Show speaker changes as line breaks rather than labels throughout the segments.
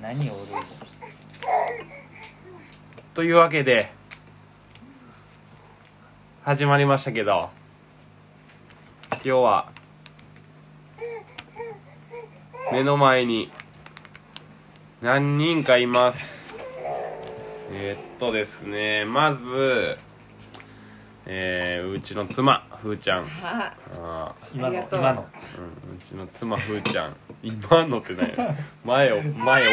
何をおるい
というわけで始まりましたけど今日は目の前に何人かいますえーっとですねまずえーうちの妻ふーちゃん
あ
あー
今
あり
の
がとう
今の
うん、うちの妻ふーちゃん今のってない前を前おるみたいや
い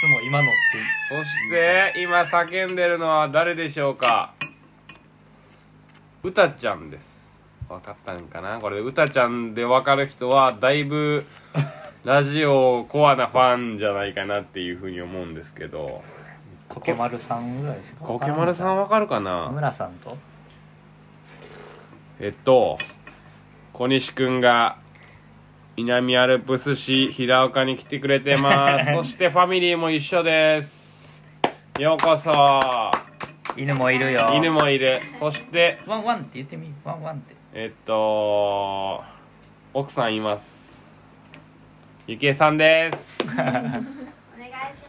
つも今のって
そして今叫んでるのは誰でしょうかうたちゃんです分かったんかなこれうたちゃんで分かる人はだい ぶラジオコアなファンじゃないかなっていうふうに思うんですけど
コケマルさんぐらいしか
コケマルさん分かるか
田
な
村さんと
えっと小西くんが南アルプス市平岡に来てくれてます そしてファミリーも一緒ですようこそ
犬もいるよ
犬もいるそして
ワンワンって言ってみワンワンって
えっと奥さんいますゆきえさんです
お願いします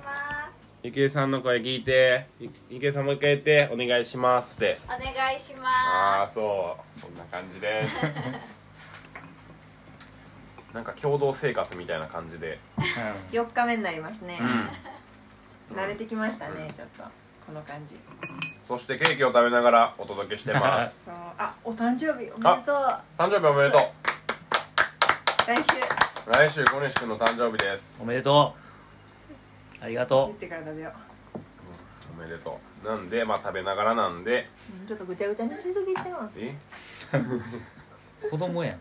ゆきえさんの声聞いてゆゆきえさんもう一回言ってお願いしますって
お願いし
あ
ま
あそうそんな感じです なんか共同生活みたいな感じで
う
4日目になりますね、
うん
慣れてきました
うん
ねちょっとこの感じ
そしてケーキを食べながらお届けしてます
そうあお誕生日おめでとう
誕生日おめでとう
来週
来週小西くんの誕生日です
んおめでとうありが
言っ
と
てから食べよう
おめでとうなんでまあ食べながらなんで
うんちょっとぐちゃぐちゃにしすぎちゃう
え
う子供やん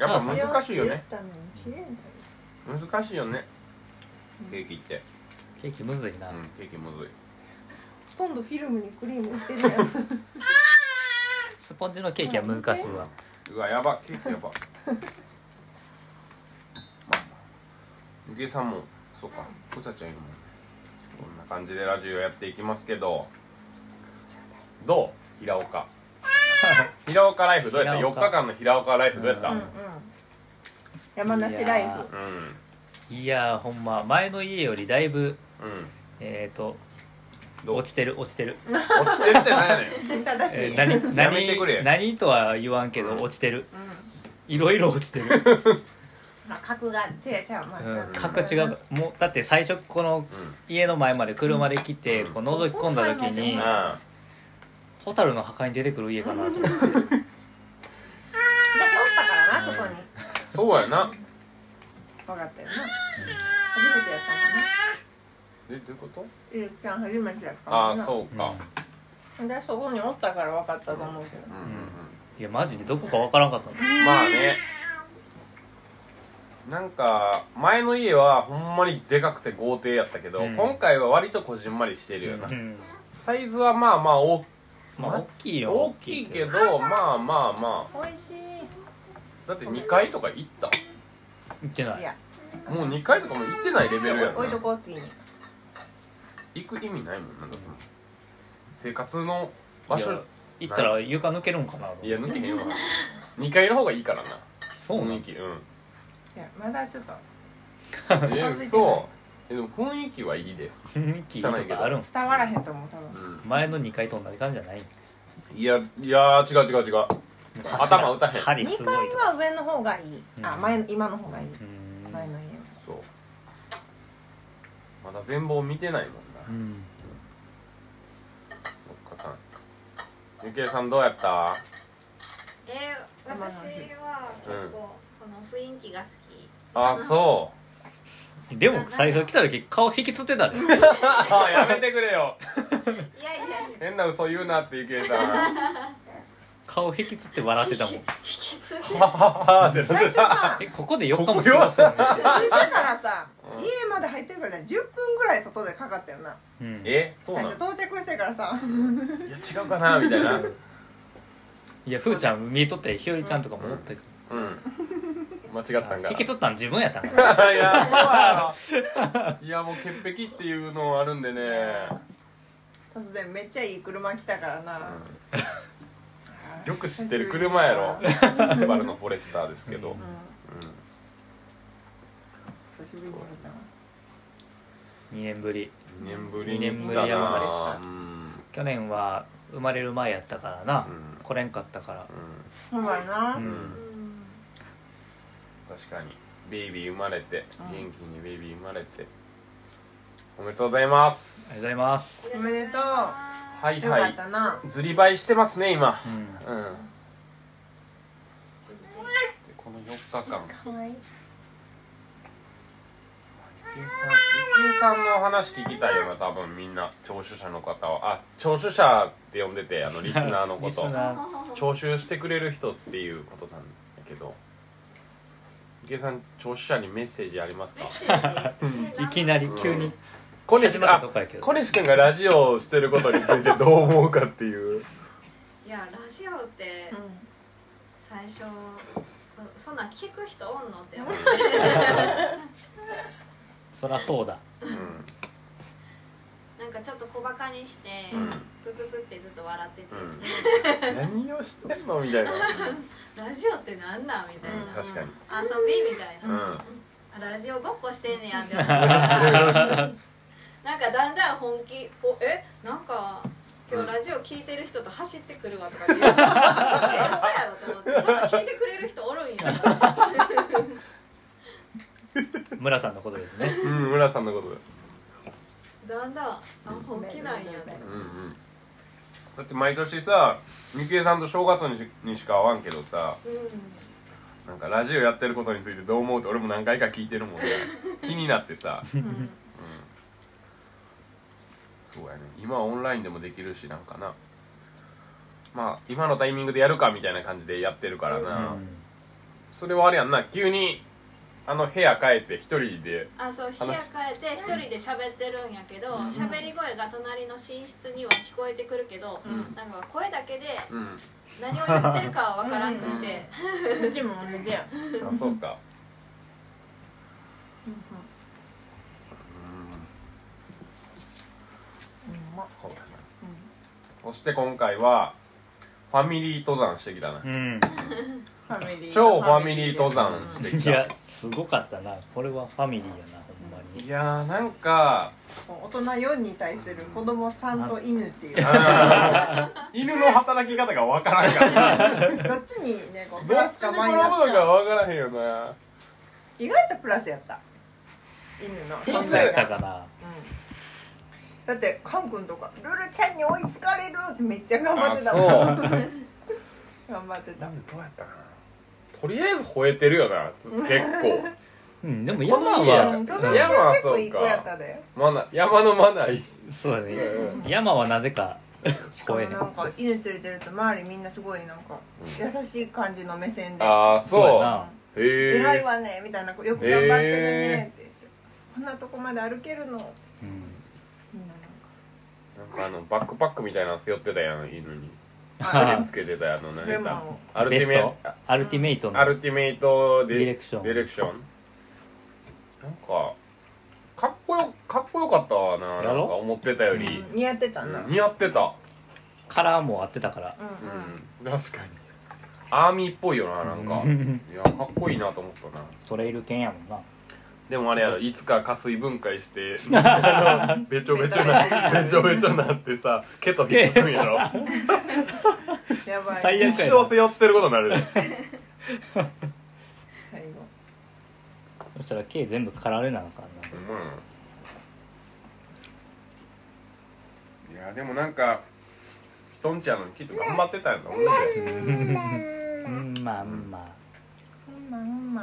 や
やっぱ
難しいよね
う
難しいよね
ん
ケーキって
ケーキむずいな、
うんケーキむずい
ほとんどフィルムにクリームしてるやん
スポンジのケーキは難しいわ
うわやばケーキや ばゆきえさんもそうかこたちゃんいるもんねこんな感じでラジオやっていきますけどどう平岡 平岡ライフどうやった
平
4
岡
日間の平岡ライフどうやった
う
うんん
うん山梨ライフ
いやーほんま前の家よりだいぶ
うん
えっ、ー、と
どう
落ちてる落ちてる、
落ちてるって何やねん
正し
え
い、
ー何
やめてくれ
何何とは言わんけど落ちてる
うん
いろいろ落ちてる、
あ格が違う違うまあ
うん、格違うもうだって最初この家の前まで車で来てこう覗き込んだ時
う
に
ん
う
あ
蛍の墓に出てくる家かなと
私おったからなそこ
あ
に
そうやな
分かったよな初めてやったもんな
えどういうこと
ゆうきちゃん初めてやった
あ
もん
あ
な
そうか
でそこにおったから分かったと思うけど
うんうんうん
いやマジでどこかわからんかったの
まあねなんか前の家はほんまにでかくて豪邸やったけど、
うん
今回は割とこじんまりしてるよな、
うん
サイズはまあまあ大
まあ大きいよ
大きいけどまあまあま
おいしい
あだって2階とか行った
行ってないい
や
もう2階とかも行ってないレベルやな
置いとこう次に
行く意味ないもんなんだって生活の場所
いや行ったら床抜けるんかない
や抜けへんわ2階の方がいいからな
そうな
雰
ん
囲気 うん
いやまだちょっと
えそうえでも雰囲気はいいで、
雰囲気とかあるん
伝わらへんと思う多分
うん
前の2階と同じ感じじゃない
いやいやー違う違う違う
柱
頭打たへん
針す
2
ごい
階
とか
は上の方がいいあ
うん
前の今の方がいいう
ーん
前 の家
そうまだ全貌見てない
う
もんな、
ん
4日間ゆきえさんどうやった
すえー、私は結構この雰囲気が好き
あそう
でも最初来た時顔引きつってたで
あやめてくれよ
いやいや
変な嘘言うなってゆきえさん
顔引きつって笑ってたもん
引きつって
はははってなっ
最
て
初さ
えここで4日
こ
も
こ
過ご
よ
すのね
着いてからさ
うん
家まで入ってるから10分ぐらい外でかかったよな
うん
えそうな
最
の
初到着してからさ
いや違うかなみたいな
いやふーちゃん見とってひよりちゃんとかもおったけど
うん間違ったんか
引き取ったん自分やったんかな
たいやそうやろいやもう潔癖っていうのあるんでね、
突然めっちゃいい車来たからな
よく知ってる車やろスバルのフォレスターですけど、
う
うんん
久しぶりに見たわ
2年ぶり
2年ぶ
二
りに
年
来
ぶ
た
りや
な
もんね
うん
去年は生まれる前やったからな、
うん
来れんかったから
ほらな、
う
うんん、う、
うんん
確かにベイビー生まれて
うん
元気にベイビー生まれておめでとうございます
ありがとうございます、
おめでとう
は
はい
よか
は
った
い
な、
ずりばいしてますね今
うん、
うんでこの4日間
かわいい
ゆきえさんの話聞きたいよな多分みんな聴取者の方はあ聴取者って呼んでてあのリスナーのこ
リス
と
ナー
聴取してくれる人っていうことなんだけどゆきえさん聴取者にメッセージありますか
いきなり急に
小
始
西君
まったと
あ
こやけど
小西君がラジオをしてることについてどう思うかっ ていう
いやラジオって
う
最初そそんなん聞く人おんのって思って
そらそうだ
うん
なんかちょっと小バカにして
うん
プクプってずっと笑ってて
うん何をしてんのみたいな
ラジオってなんだみたい
うん
な
確かに
遊びみたいな
うん
あラジオごっこしてんねやって思った らなんかだんだん本気おえなんか今日ラジオ聞いてる人と走ってくるわとかって言うのえ嘘やろと思ってそんな聞いてくれる人おるんや
村さんのことですね
うん村さんのことだ
だんだんあ本気なんや
う
と
んうんだって毎年さみきえさんと正月にしにしか会わんけどさ
う
なんかラジオやってることについてどう思うって俺も何回か聞いてるもんね気になってさ、うん、
んうん
そうやね今はオンラインでもできるしなんかなまあ今のタイミングでやるかみたいな感じでやってるから
う
な、
ん
それはあれやんな急にあの部屋帰って一人で
んあそう日が変えて一人で喋ってるんやけど
うん
喋り声が隣の寝室には聞こえてくるけど
うん
なんか声だけで
うん
何を言ってるかは分からんく
うん
て
うちも同じやん
あそうか
う
うん
んま
そうやな
うん
そして今回はファミリー登山してきたな
うん
ファミリー
超ファミリー登山してき
い
た
やすごかったなこれはファミリーやなほんまに
いやーなんか
大人4に対する子供3と犬っていう ど
あー犬の働き方がわからんから な
っちにねこうプ
ど
ラ
っ
ス
ち
か
に転ぶ
マイ
の
ナス
か
か
わからへんよな
意外とプラスやった犬の
考
そう
え
や
たかな
うんだってカン君とか「ルルちゃんに追いつかれる!」ってめっちゃ頑張
あ
ってたもん
そう
頑張ってた
どうやったかなとりあえず吠えてるよなつ結構
うんでも
こ
山
の家
は
う
うんん子供
う
ちゃん
山は
結
そ
構
うか
いい子やったで
マナ山のマナーいい
んそうだね
うん
山はなぜか
しかもなんか犬連れてると周りみんなすごいなんか優しい感じの目線で
ああ
そうや
そ
な
うへ
う
え
ん偉いわね」みたいな「よく頑張ってるね」って言って「こんなとこまで歩けるの」
うん
みんななん
なんかあのバックパックみたいなの背負ってたやん犬に
か
つけてたやんあの
そ
何
れ
やっ
も
たアルテ
ベ
ィ
ス
メ
ト アルティメイトの
アルティメイトデ
ディレクション
ディレクションなんかかっこよかっこよかったわななん
や
か
ろ
思ってたより、
似合ってた
うん
な
似合ってた
カラーも合ってたから
うん
うん確かにアーミーっぽいよななん か
うん
いやかっこいいなと思ったな
トレイル犬やもんな
でもあれやろいつか加水分解して あのべちょべちょなべちょべちょなってさ毛と毛くんやろ
やばい
最
一
悪や
生背負ってることになるで
最後
そしたら毛全部刈られなあかんな
うんいやでもなんかトンちゃんのきっと頑張ってたんだもんね
うんま
う
あまあ
んまうんま
う
うん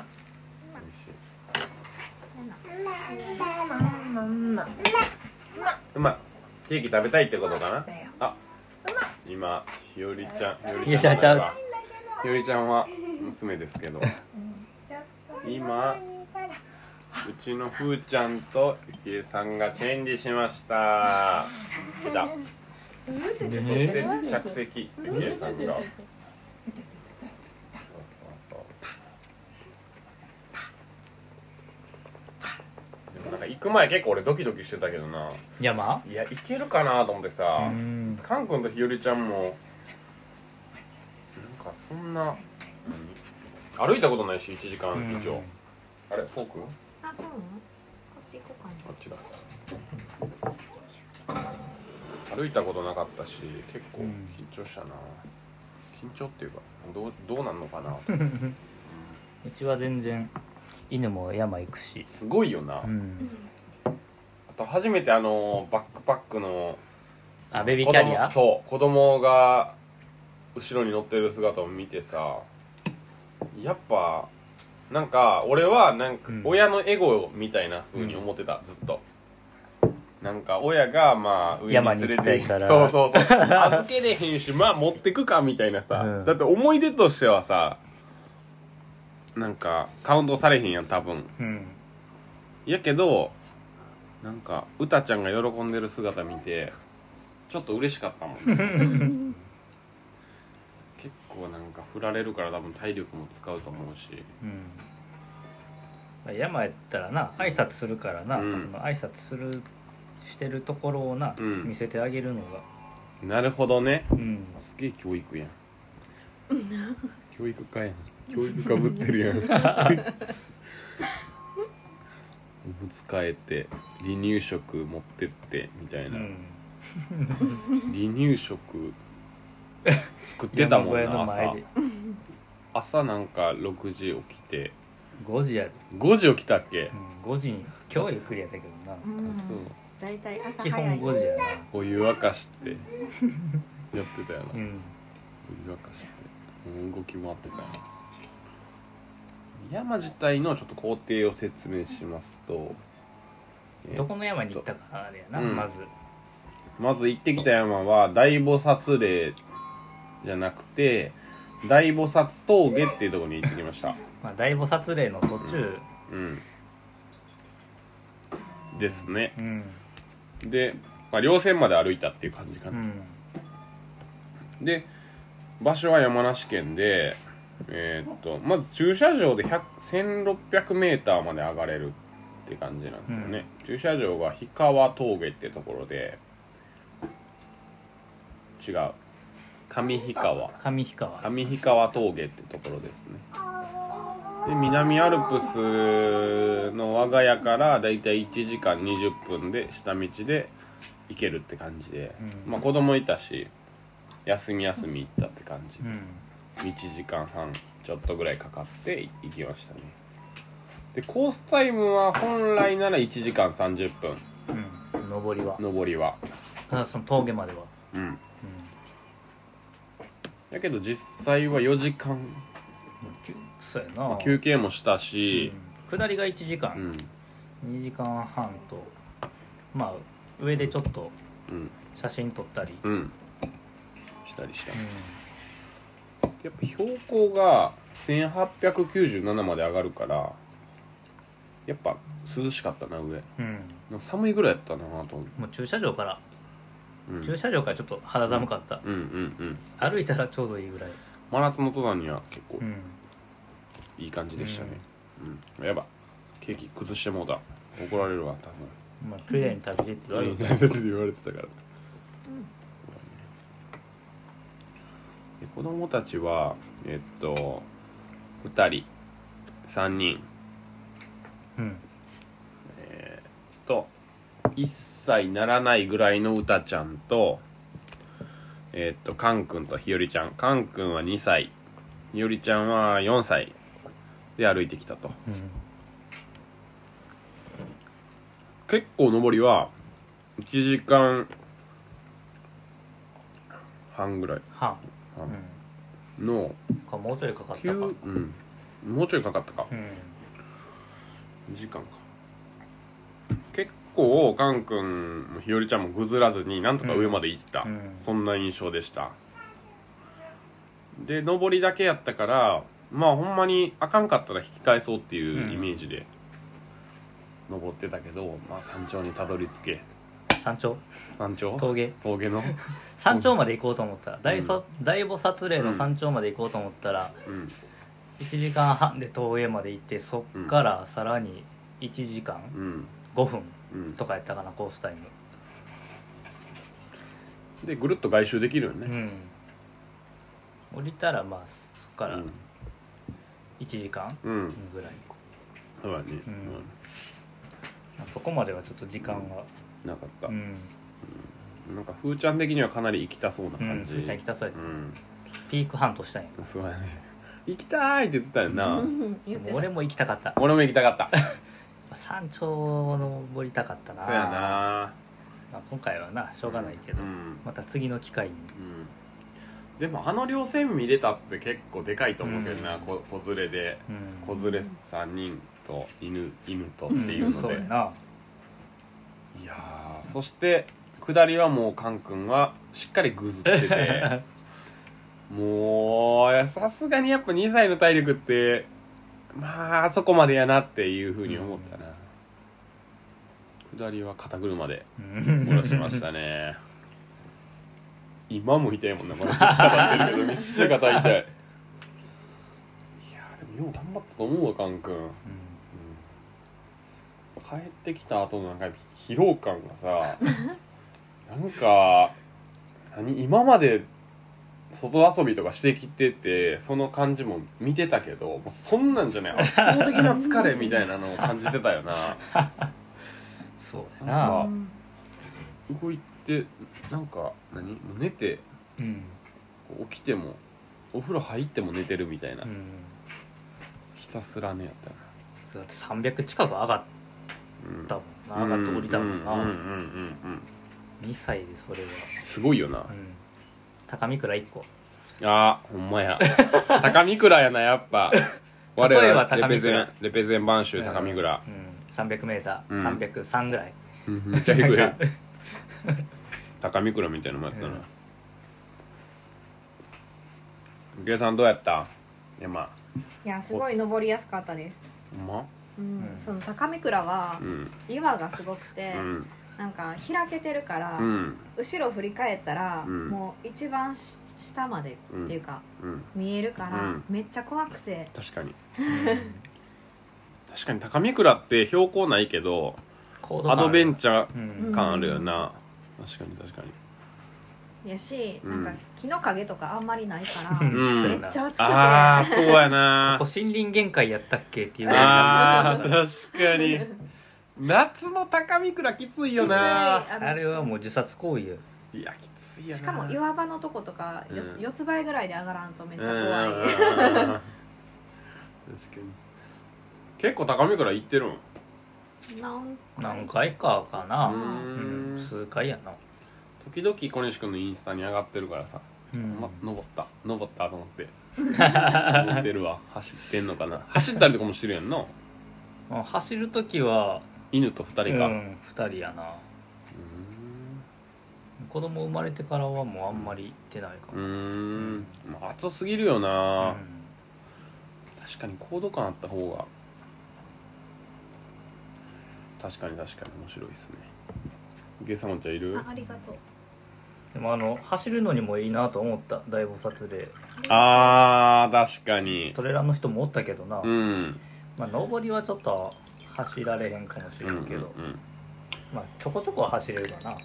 まうんま
まいケーキ食べたいってことかな
だよ
あ今ひよりちゃん
ひよりちゃんちゃう
ひよりちゃんは娘ですけど今うちのふーちゃんとゆきえさんがチェンジしました来たで着席ゆきえさんがそうそうそうでもなんか行く前結構俺ドキドキしてたけどな
山
いや行けるかなと思って
う
さ
ん
カン君とひよりちゃんもなんかそんな何歩いたことないし1時間以上、
うん
あれフォーク
ああでもこっち行こうか
あ
な
っちだ歩いたことなかったし結
う
構
ん
緊張したな、緊張っていうかどうどうなんのかな
うちは全然犬も山行くし
すごいよ
う
な、あ
ん
と初めてあのバックパックの
あベビーキャリア
子供そう子供が後ろに乗ってる姿を見てさやっぱなんか俺はなんか
うん
親のエゴみたいな風に思ってた、ずっとなんか親がまあ上に
山に
連
行
れ
きたいか
て
ら
そうそうそう預けれへんしまあ持ってくかみたいなさ、
うん
だって思い出としてはさなんかカウントされへんやん多分
うん
やけどなんかうたちゃんが喜んでる姿見てちょっと嬉しかったもん、結構なんか振られるから多分体力も使うと思うし
うん山やったらな挨拶するからな、
うん
挨拶するしてるところをな、
うん
見せてあげるのが
なるほどね
うん
すげえ教育やん教育かやん教育かぶってるやんおむつ替えて離乳食持ってってみたいうな、
ん
離乳食 作ってたもんな
山小屋の
朝
前で
朝なんか6時起きて
5時や、
5時起きたっけ
う、ん、5時に今日はゆっくりやったけどな
うん
そう
だいたい朝
基本
早い
5時やな
お湯沸かしてやってたよな、
うん
お湯沸かしてもう動き回ってたよな山自体のちょっと工程を説明しますとえ
どこの山に行ったかあれやな、
うん
まず
まず行ってきた山は大菩薩霊じゃなくて大菩薩峠っていうところに行ってきました
まあ、大菩薩霊の途中、
うんですね
うん
で、まあ、稜線まで歩いたっていう感じか
う
な、
ん
で場所は山梨県でえーっとまず駐車場で100 1600m まで上がれるって感じなんですよね、駐車場が氷川峠ってところで違う上氷川
上氷川
上氷川峠ってところですねで南アルプスの我が家からだいたい1時間20分で下道で行けるって感じで、
うん
まあ子供いたし休み休み行ったって感じ、
うん
1時間半ちょっとぐらいかかって行きましたねでコースタイムは本来なら1時間30分
うん上りは
上りは
ただその峠までは
うん
う
だけど実際は4時間
んきゅそうやな
休憩もしたし、
うん下りが1時
う
間、
ん
2時間半とまあ上でちょっと
うん
写真撮ったり、うん
うんしたりした、やっぱ標高が1897まで上がるからやっぱ涼しかったな上
うん
寒いぐらいやったなと思う、
もう駐車場から、
うん、
駐車場からちょっと肌寒かった、
うんうんうん
歩いたらちょうどいいぐらい、
真夏の登山には結構
うん、
いい感じでしたね、うんやばケーキ崩してもうた怒られるわ多分
まあ綺麗に食べてってどういうこと
って言われてたから、で子供たちはえっと2人3人
うん
えー、と1歳ならないぐらいのうたちゃんとえーっとカンくんとひよりちゃんカンくんは2歳ひよりちゃんは4歳で歩いてきたと
うん
結構上りは1時間半ぐらい
はあ、
う
う
の
ん、かもうちょいかかったか、
9うんもうちょいかかったか
うん
2時間か結構カンくんもひよりちゃんもぐずらずになんとか上まで行った、
うん
そんな印象でしたで上りだけやったからまあほんまにあかんかったら引き返そうっていうイメージで登ってたけど、まあ、山頂にたどり着け
山頂
山頂
峠
峠の、
山頂まで行こうと思ったら大,、そ大菩薩霊の山頂まで行こうと思ったら、
うん、
1時間半で東映まで行ってそっからさらに1時間
うん
5分
うん
とかやったかなコースタイム
でぐるっと外周できるよ
う
ね、
ん降りたらまあそっか
う
ら
ん
1時間
うん
ぐらい
そうだね、
う
うんん、
そこまではちょっと時間が
なかった、
うん、
なんか風ちゃん的にはかなり生きたそうな
うん、
感じ、
ふーちゃん行きたそうや
うん
ピークハントしたんや
そうだね行きたーいって言ってたよな、
言って
もう俺も行きたかった
俺も行きたか った
山頂登りたかったな
そうやな
まあ、今回はなしょうがないけど、
うん
また次の機会に
うんでもあの稜線見れたって結構でかいと思うけどな、
うん
こ子連れで
うん
子連れ3人と犬犬とっていうの
そう
で、
や な
やーそして下りはもうカン君はしっかりぐずって てもうさすがにやっぱ2歳の体力ってまああそこまでやなっていうふうに思ったな、下りは肩車で
うん
下ろしましたね今も痛いもんなこの肩ってるけどめっちゃ肩痛いいやーでもよう頑張ったと思うわカン君
う
うん帰ってきた後のなんか疲労感がさなんか何今まで外遊びとかしてきててその感じも見てたけどもうそんなんじゃない圧倒的な疲れみたいなのを感じてたよな
んそうや
あ
な
う動いてなんか何もう寝て
うん、
こう起きてもお風呂入っても寝てるみたいな、
うん、
ひたすらねやったな
だって300近く上がっ
うん
たもんな上がって降りたもんな、
うんうんうんうんうん
2歳でそれは、
すごいよな、
うん、高見倉1個
あーほんまや 高見倉やなやっぱ我
例えば
ら
高
レペ
見
ゼ
倉
ンレペゼン播州高見倉、
うん、300m、
うん
303ぐらい
めっちゃいいぐらい
なんか
高見倉みたいなのもやった
うん
な郁恵さんどうやった山
いやすごい登りやすかったです、
ほんま
うん
うん
その高見倉は
うん
岩がすごくて、
うん
なんか開けてるから、
うん
後ろ振り返ったら、
うん
もう一番し下までっていうか、
うん
見えるから、
うん
めっちゃ怖くて
確かに確かに高見倉って標高ないけど
高度
ア
感
ドベン
チ
チ
ャ
ャ
ー、うん
ー感あるよな、確かに確かに
やし、
うん
なんか木の陰とかあんまりないから、
うん
めっちゃ暑くて
ああそうやな
ここ森林限界やったっけっていう
あー確かに夏の高見倉きついよな
あの
あれはもう自殺行為よ
いやきついよな
しかも岩場のとことか、よ
うん
四つ倍ぐらいで上がらんとめっちゃ
うん
怖い、
うんうんうん確かに結構高見倉行ってるんう
なん
何回かかな、う
ー
ん、
ん
数回やな、
時々小西君のインスタに上がってるからさ、
うん
ま、登った登ったと思って 登ってるわ走ってんのかな走ったりとかもしてるやんな
まあ走る時は
犬と二人か、う、
うんん、2人やな子供生まれてからはもうあんまり行ってないか
うー
も、
んまあ暑すぎるよ
う
な、
ん
確かに高度感あった方が確かに確かに面白いですねゲサモンちゃんいる
あありがとう
でもあの走るのにもいいなと思った大菩薩で
あー確かに
トレラーの人もおったけどな、
うん
まあ、上りはちょっと走られへんかもしれんけど、
うんうんうん
まあ、ちょこちょこは走れるかな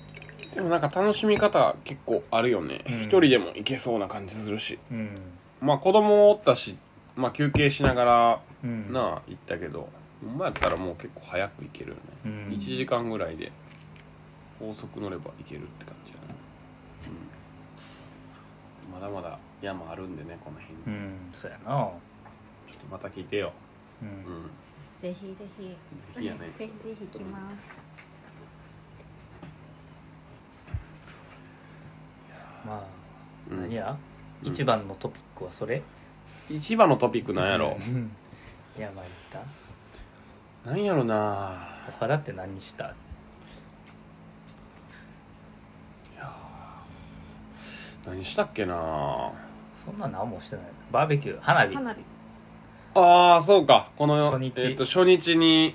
でもなんか楽しみ方結構あるよね
うん
一、人でも行けそうな感じするし
うん、
まあ子供おったし、まあ、休憩しながら
うん、
なあ行ったけどほんまやったらもう結構早く行けるよね、
うん
1時間ぐらいで高速乗れば行けるって感じやな、うん、まだまだ山あるんでねこの辺、
うんそうやな
ちょっとまた聞いてよ
う、
うんん
ぜひぜひ
ぜひやね
ぜひぜひ行きます
まあ、
うん
何や、
うん
一番のトピックはそれ
一番のトピックなんやろ
うん山行った
なんやろな
他だって何した
何したっけな
そんな何もしてないバーベキュー花火
花火
ああそうかこの
初日
えっと、初日に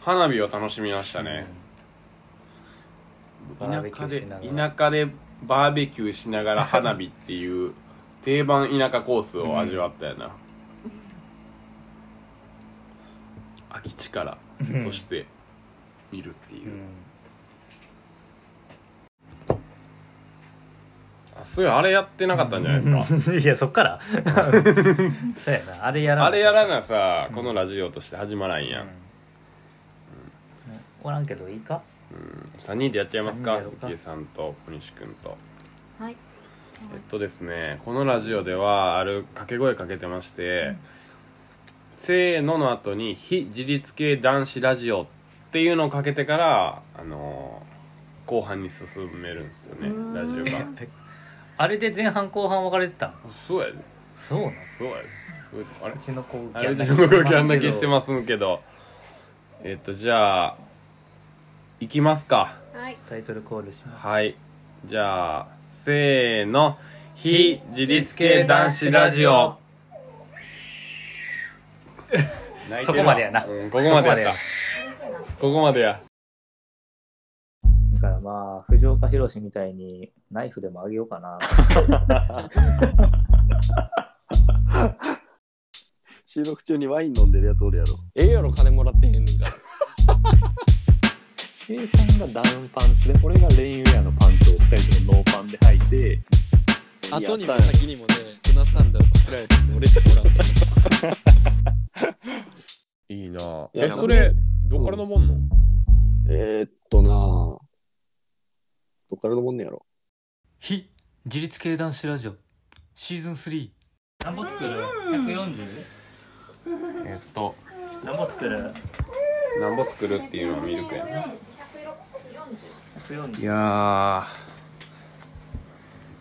花火を楽しみましたね、
うんバーベキ
田
ュー
舎で
しながら
田舎でバーベキューしながら花火っていう 定番田舎コースを味わったよな、空き地から
うん
そして見るっていうう、
ん
あすごいあれやってなかったんじゃないですか
いやそっからそうやなあれやら
あれやら
い
なさ
うん
このラジオとして始まらんやん、
おらんけどいいか
うん、3人でやっちゃいます
三人で
か
やろうか
ゆきえさんと小西君と
はい
えっとですねこのラジオではある掛け声かけてまして「せーの」の後に「非自立系男子ラジオ」っていうのをかけてからあのー後半に進めるんですよね
うーん
ラジオが
あれで前半後半分かれてたの
そうやで
そうなん
そうやでそうやであれ
うちの子
あれうちの動きあんだけして
す
ますんけどえっとじゃあ行きますか
はい
タイトルコールします
はいじゃあせーの「非自立系男子ラジオ」泣 いてるわ
そこまでやな
うんここまでやったここまでや
だからまあ藤岡弘みたいにナイフでもあげようかな
収録中にワイン飲んでるやつおるやろ
ええやろ金もらってへんねんから
計算がダウンパンツで俺がレインウェアのパンツを2人ともノーパンで履いて
後にも
やったんや
先にもねうなサンダルパクられたやつ俺しかおらんから
いいなぁ
いや
えそれどっから飲もんの、
えー、っとなぁどっからのもんねやろ
非自立系男子ラジオシーズン3
何本作る ?140?
えっと
何本作る
なんぼ作るっていうのはミルクやない
?140?
や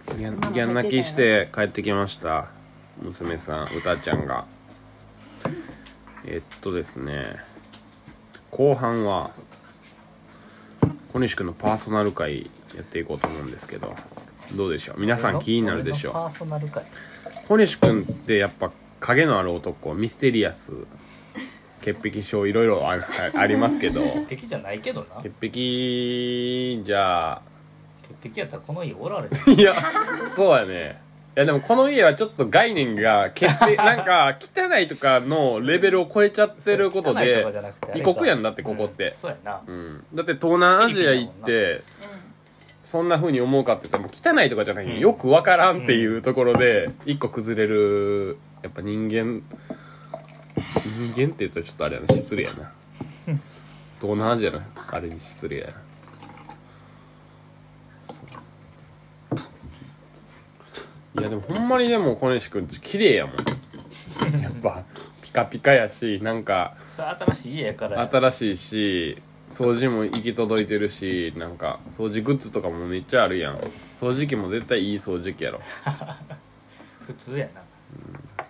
ーギャンギャン泣きして帰ってきました娘さんうたちゃんがえっとですね後半は小西君のパーソナル会やっていこうと思うんですけどどうでしょう皆さん気になるでしょう
俺のパーソナル会
小西君ってやっぱ影のある男ミステリアス潔癖症いろいろあありますけど
敵じゃないけどな
潔癖じゃあ
敵やったらこの家おら れへん
いやそうやねいやでもこの家はちょっと概念が決 定なんか汚いとかのレベルを超えちゃってること
汚いとか
で
じゃなくてあれ
異
か
国やんだってここっ
うん
て、
そうやな
うん、だって東南アジア行ってそんな風に思うかって言ったらもう汚いとかじゃないよ、
うん
よくわからんっていうところで一個崩れるやっぱ人間人間って言うとちょっとあれやな失礼やな東南アジアのあれに失礼やなそういやでもほんまにでも小西君ち綺麗やもんやっぱピカピカやしなんか
それ新しい家やからや
新しいし掃除も行き届いてるしなんか掃除グッズとかもめっちゃあるやん掃除機も絶対いい掃除機やろ
普通やな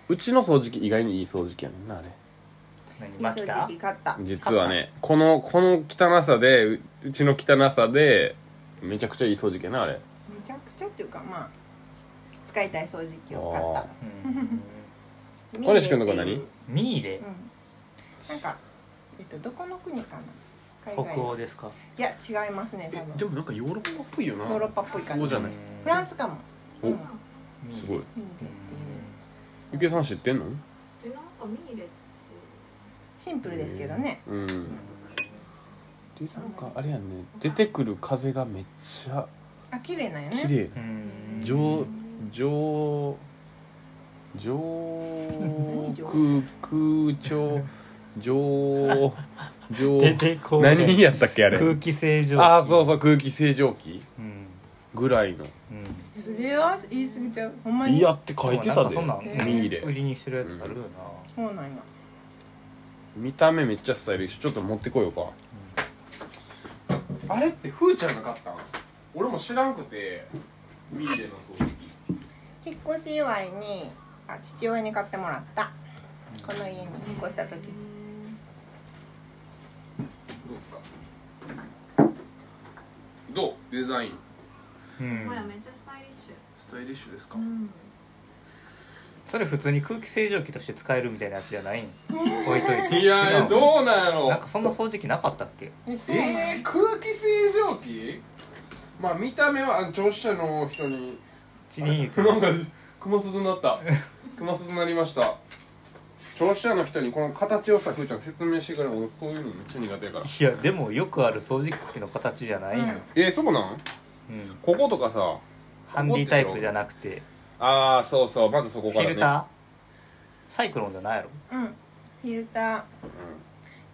うちの掃除機意外にいい掃除機やねんなあれ
何
み
マ
そ
キ
じ
タ
き買った
実はねこのこの汚さでううちの汚さでめちゃくちゃいい掃除機やなあれ
めちゃくちゃっていうかまあ使いたい掃除機を買っ
あ
うん
た
小西君のとこ何
ミーレっていう
ミーレ
うんなんかえっとどこの国かな海
北
外
欧ですか
いや違いますね
ー
多
え
分
でもなんかヨーロッパっぽいよな
ヨーロッパっぽい感
そう
じ
じゃない
フランスかも
お
うん
ミーレ
すごい
ミーレっていう
ゆきえさん知ってんの
でなんかミーレって
シンプルですけどね
うんでなんかあれやね出てくる風がめっちゃ
あ綺麗なんよ
綺
ね
麗
うん
上上 上空空調上
出
上
てこない
何やったっけあれ
空気清浄機
ああそうそう空気清浄機
うん
ぐらいの
うん
それは言い過ぎちゃうほんまに
いやって書いてた
な
で
んかそんなん
ミーレ
売りにしてるやつあるよな、
そうなんや
見た目めっちゃスタイリッシュちょっと持ってこようか、あれってふーちゃんが買ったん俺も知らんくてミーレの掃除機
引っ越し祝いにあ父親に買ってもらったこの家に引っ越した時
どうですかどうデザイン
うん
ほらめっちゃスタイリッシ
スタイリッシュですか
ュ、うん、
それ普通に空気清浄機として使えるみたいなやつじゃない ん置いといて
いや
違
ーどうなんや
う
ろ
なんかそんな掃除機なかったっけ
えそうなんや
えー、空気清浄機まあ見た目はあ聴取者の人に
ちに
なんか熊鈴になった熊鈴になりました聴取者の人にこの形をさふーちゃん説明してから俺こういうのめっちゃ苦手やから
いやでもよくある掃除機の形じゃないんよ、
えー、そうな
う
ん
ん
こことかさ
ハンディタイプじゃなくて
ああそうそうまずそこ
フ
から
ィ
ね
ルター、サイクロンじゃないやろ
うんフィルター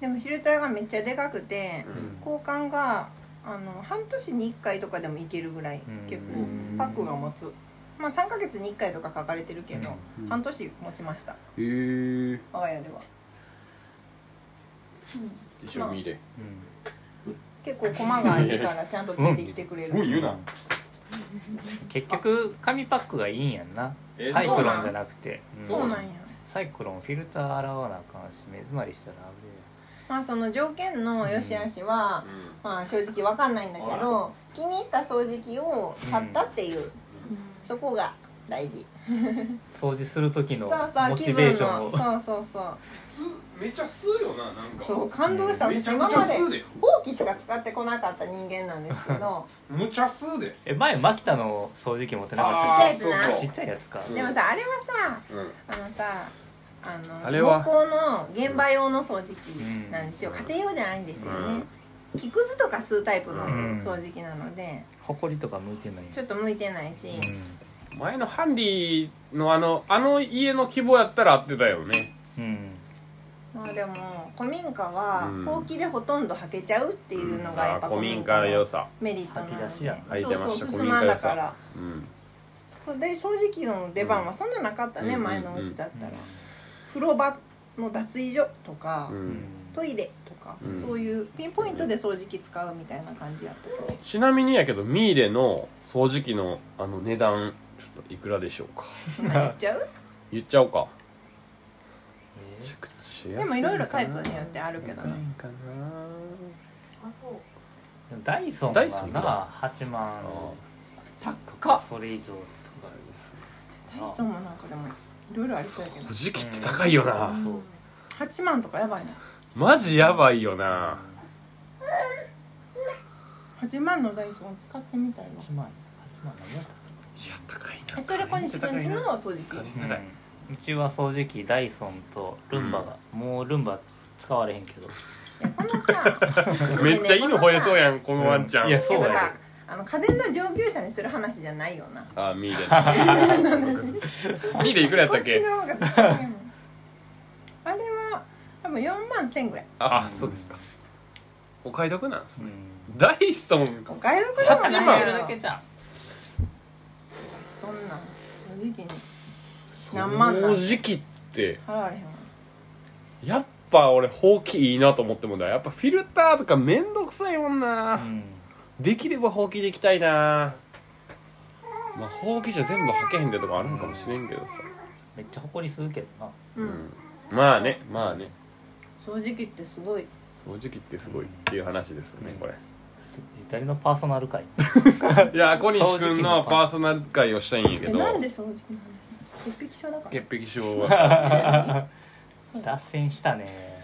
でもフィルターがめっちゃでかくて
うんうん
交換があの半年に1回とかでもいけるぐらい
うん
結構パックが持つまあ3ヶ月に1回とか書かれてるけど、
うん
半年持ちました
へー
我が家では、うん
一緒に見れ
うん
結構駒がいいからちゃんとついてきてくれる、
うんうん言な
結局紙パックがいいんやんな
え
サイクロンじゃなくてん
そ
そうなんや
サイクロンフィルター洗わなあかんし目詰まりしたら
まあその条件の良し悪しは、
う
まあ正直わかんないんだけど気に入った掃除機を買ったっていう、そこが大事
危ねえ掃除する時の
そうそう
モ
気
チベー
分
ション
の
を
そうそうそ
んめっちゃ吸うよななん
う
か
そう感動した
め
私
ちゃ
今
くちゃ
まで
吸うで
ほうきしか使ってこなかった人間なんですけど
むちゃ吸うで
え前マキタの掃除機持ってなか
あ
っ
ーちっちゃいやつ
た
な
ちっちゃいやつか
うん
でもさあれはさ
うん
あのさあの
あれは
高校の現場用の掃除機
うん
なんですよ、家庭用じゃないんですよ
う
ね
ん、
木くずとか吸うタイプの
うん
掃除機なので
ほこりとか向いてない
ちょっと向いてないし、
前のハンディのあのあの家の規模やったら合ってたよね
うん、うん
まあでも古民家は
うん
ほうきでほとんど履けちゃうっていうのがやっぱ
あー古民家の良さ
メリットな
吐き出しやん
の
吐
で
いてました
そうそうふ
古
す
民
ま
家良
んだ
さ
から
うん
そうで掃除機の出番はそんななかったね、
うん
前のうちだったら、風呂場の脱衣所とか、
うん
トイレとか、
うん
そういうピンポイントで掃除機使うみたいな感じやったけど
ちなみにやけどミーレの掃除機のあの値段ちょっといくらでしょうか
そんなん言っちゃう
言っちゃおうか
えー
でもいろいろタイプによってあるけどね
か
あそう
でもダイソン
ダイソ
が
ン
な
か
8万
高
と
か
かそれ以上とかです
ダイソンもなんかでもいろいろありそうやけど
掃除機って高いよな、
そう
8万とかやばいな
マジやばいよな
8万のダイソン使ってみたいわ
8万8万何やっ
いや高い
えそれ小西くんちの掃除機
たっけ、うん、うちは掃除機ダイソンとルンバが、もうルンバ使われへんけど
いやこのさ
めっちゃいいの吠えそう
や
やんこのワンちゃん、
いやそう
でも
や
さあの家電の上級者にする話じゃないよな
あミーレのミーレいくらやっ
こ
たっ
っち
け
の方が好きやもんあれは多分4万1000ぐらい
あそうですかお買い得なんです
で、
ね
うん
ダイソン
お買い得でもない
8万
やろ
じゃん
そんなん正直に何万なん
掃除機って
払われへんわ
やっぱ俺ほうきいいなと思ってもんだやっぱフィルターとかめんどくさいもんな、できればほうきでいきたいなまあほうきじゃ全部履けへんでとかあるんかもしれんけどさ、
めっちゃ埃するけどな
うん、
まあねまあね
掃除機ってすごい
掃除機ってすごいっていう話ですねこれ
左のパーソナル会
いや小西君のパーソナル会をしたいんやけ
え
ど
なんで掃除機の話潔癖症だから
潔癖症 は
そう
脱線したね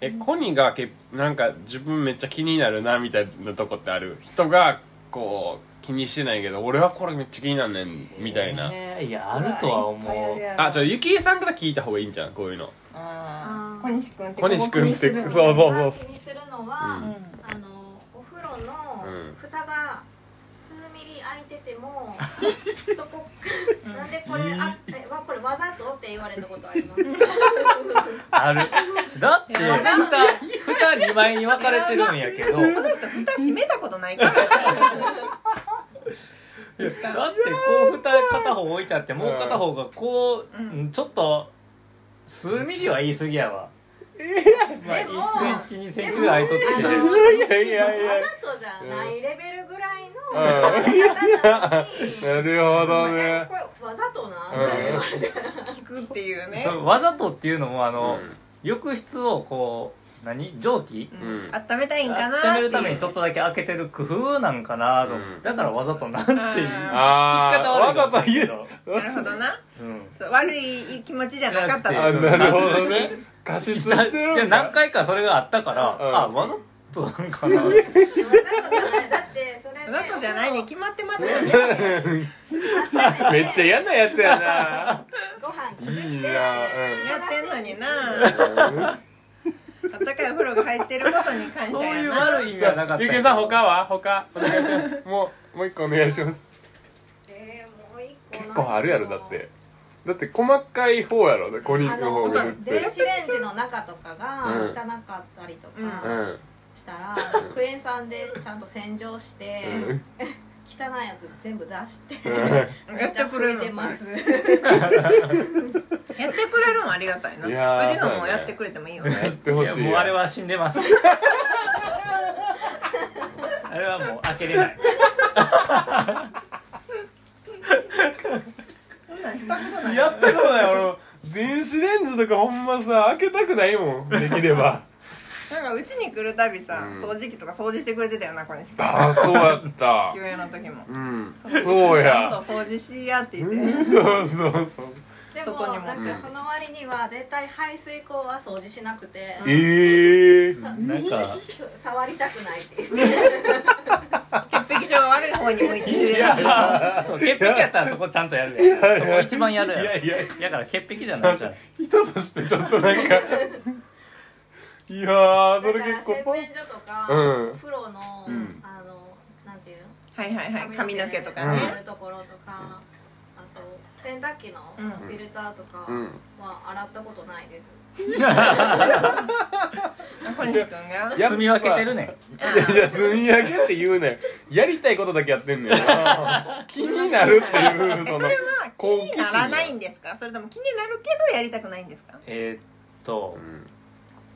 えコニがけなんか自分めっちゃ気になるなみたいなとこってある人がこう気にしてないけど俺はこれめっちゃ気になんねんみたいな、
えーいやあるとは
うわいっぱいあ
思う
るやろ
あちょゆきえさんから聞いた方がいいんじゃんこういうの
あー
あー
小西君って
小西君って
ここ気にす
そ
る
うそうそう
気にするのは、
うん
あのお風呂
う
の
ん
蓋が数ミリ開いて ても、そこなんでこれあえわこれわざとって言われたことあります。
あるだって
いや
蓋蓋2枚に分かれてるんやけど
この人蓋閉めたことないから
だってこう蓋片方置いてあってもう片方がこう、
うん
うんちょっと数ミリは言い過ぎやわ、まあ
でも
1センチ2センチぐらい空いとって
でも
て
いやいやい
わざとじゃないレベルぐらいの
やうん
方なのに。
なるほど
え
ね
これわざとな
うん
って言われて
聞くっていうね
そのわざとっていうのもあの、
うん
浴室をこう何蒸気
うん
温めたいんかなっていう
温めるためにちょっとだけ開けてる工夫なんかなと、
うん
だからわざとなんていう聞き
あ
あ
方
あ
悪
わ
いか
ざ
も
と
しれ
言
ん
う
けど
なるほどな
うん
そう悪い気持ちじゃなかった
じゃ
あ
な
と
く
なるほどね過失してるんだ
いや 何回かそれがあったから、
うん
あわざとなんか な
わざとじゃないだってそれで
わざとじゃないに決まってますよね
めっちゃ嫌なやつやな
ご飯作って
いいな
やってんのにな温かいお風呂が入ってることに感謝
そういう
やな
悪い意味はなかった
ゆきえさん他は他お願いしますもうもう一個お願いします
え
結構あるやろだってだって細かい方やろ小肉
あ
の方
の
が塗って
電子レンジの中とかが
うん
汚かったりと
う
か
ん
したら、クエン酸でちゃんと洗浄して、
うん
汚いやつ全部出して、め
や
っ
っ
ちゃ
てくれ
拭い
る
て
の
ます
やってくれるのありがたいな。
いやー
うちのもやってくれてもいいよね。
やってほ
いや
しい
もうあれは死んで ますあれはもう開けれない
そんなんしたことない。
やったことない俺も電子レンジとかほんまさ開けたくないもんできれば
なんかうちに来るたびさ、
うん
掃除機とか掃除してくれてたよな、小西君。
ああそうやった
休園の時も。
うん
う
そう
ちゃんと
や
掃除しやって
う
言っ
ん
て。
そうそうそう
でも
外にも
なんかその割には絶対排水口は掃除しなくて、
ええー、
なんか
す触りたくないって言って
潔癖症が悪い方に向いてる。
そう潔癖やったらそこちゃんとやるやんそこ一番やる
い
や
やいや
んだから潔癖じゃないじゃん
人としてちょっとなんかいやーそ
だか
れ
ら
結構
洗
パン
面所とか、
うん
お風呂の、
うん
あのなんていう
はいはいはい。
の
髪の毛とか
う
ね
ん。
やるところとか、あと洗濯機の
うん
フィルターとか
うん
は洗ったことないです、
小西君が。
やっぱ
住み分けてるねん
いやいや積み上げって言うねんやりたいことだけやってんねん気になるっていうそ
えそ
の
れは気にならないんですかそれとも気になるけどやりたくないんですか
えーっと
うん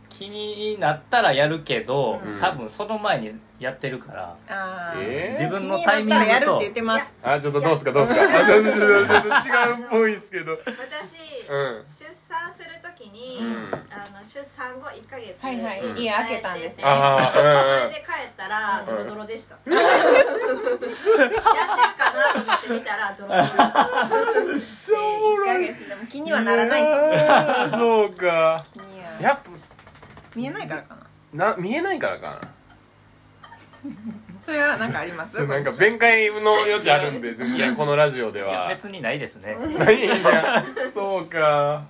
気になったらやるけど、
うん
多分その前にやってるから
あー
えー
自分のタイミング
気になったらやるっ
と
て言ってます
あちょっとどうすかどうすかあちょっとちょっとちょっと違うっぽいですけど
私、
うん
出産するときに、
うん
あの出産後1ヶ月
はいはい
うん
家開けたんですね
あ
そ
あ
れ
うん
で帰ったらドロドロでした、 やってるかなと思って見たらドロドロでした
そうおも
1ヶ
ろい
月でも気にはならないと
やーそうか
気には
やっ
見えないからかな
ぱな見えないからか
それは何かあります
ななんか弁解の余地あるんで全然このラジオで
いや
は
別にないですね
ないんやそうか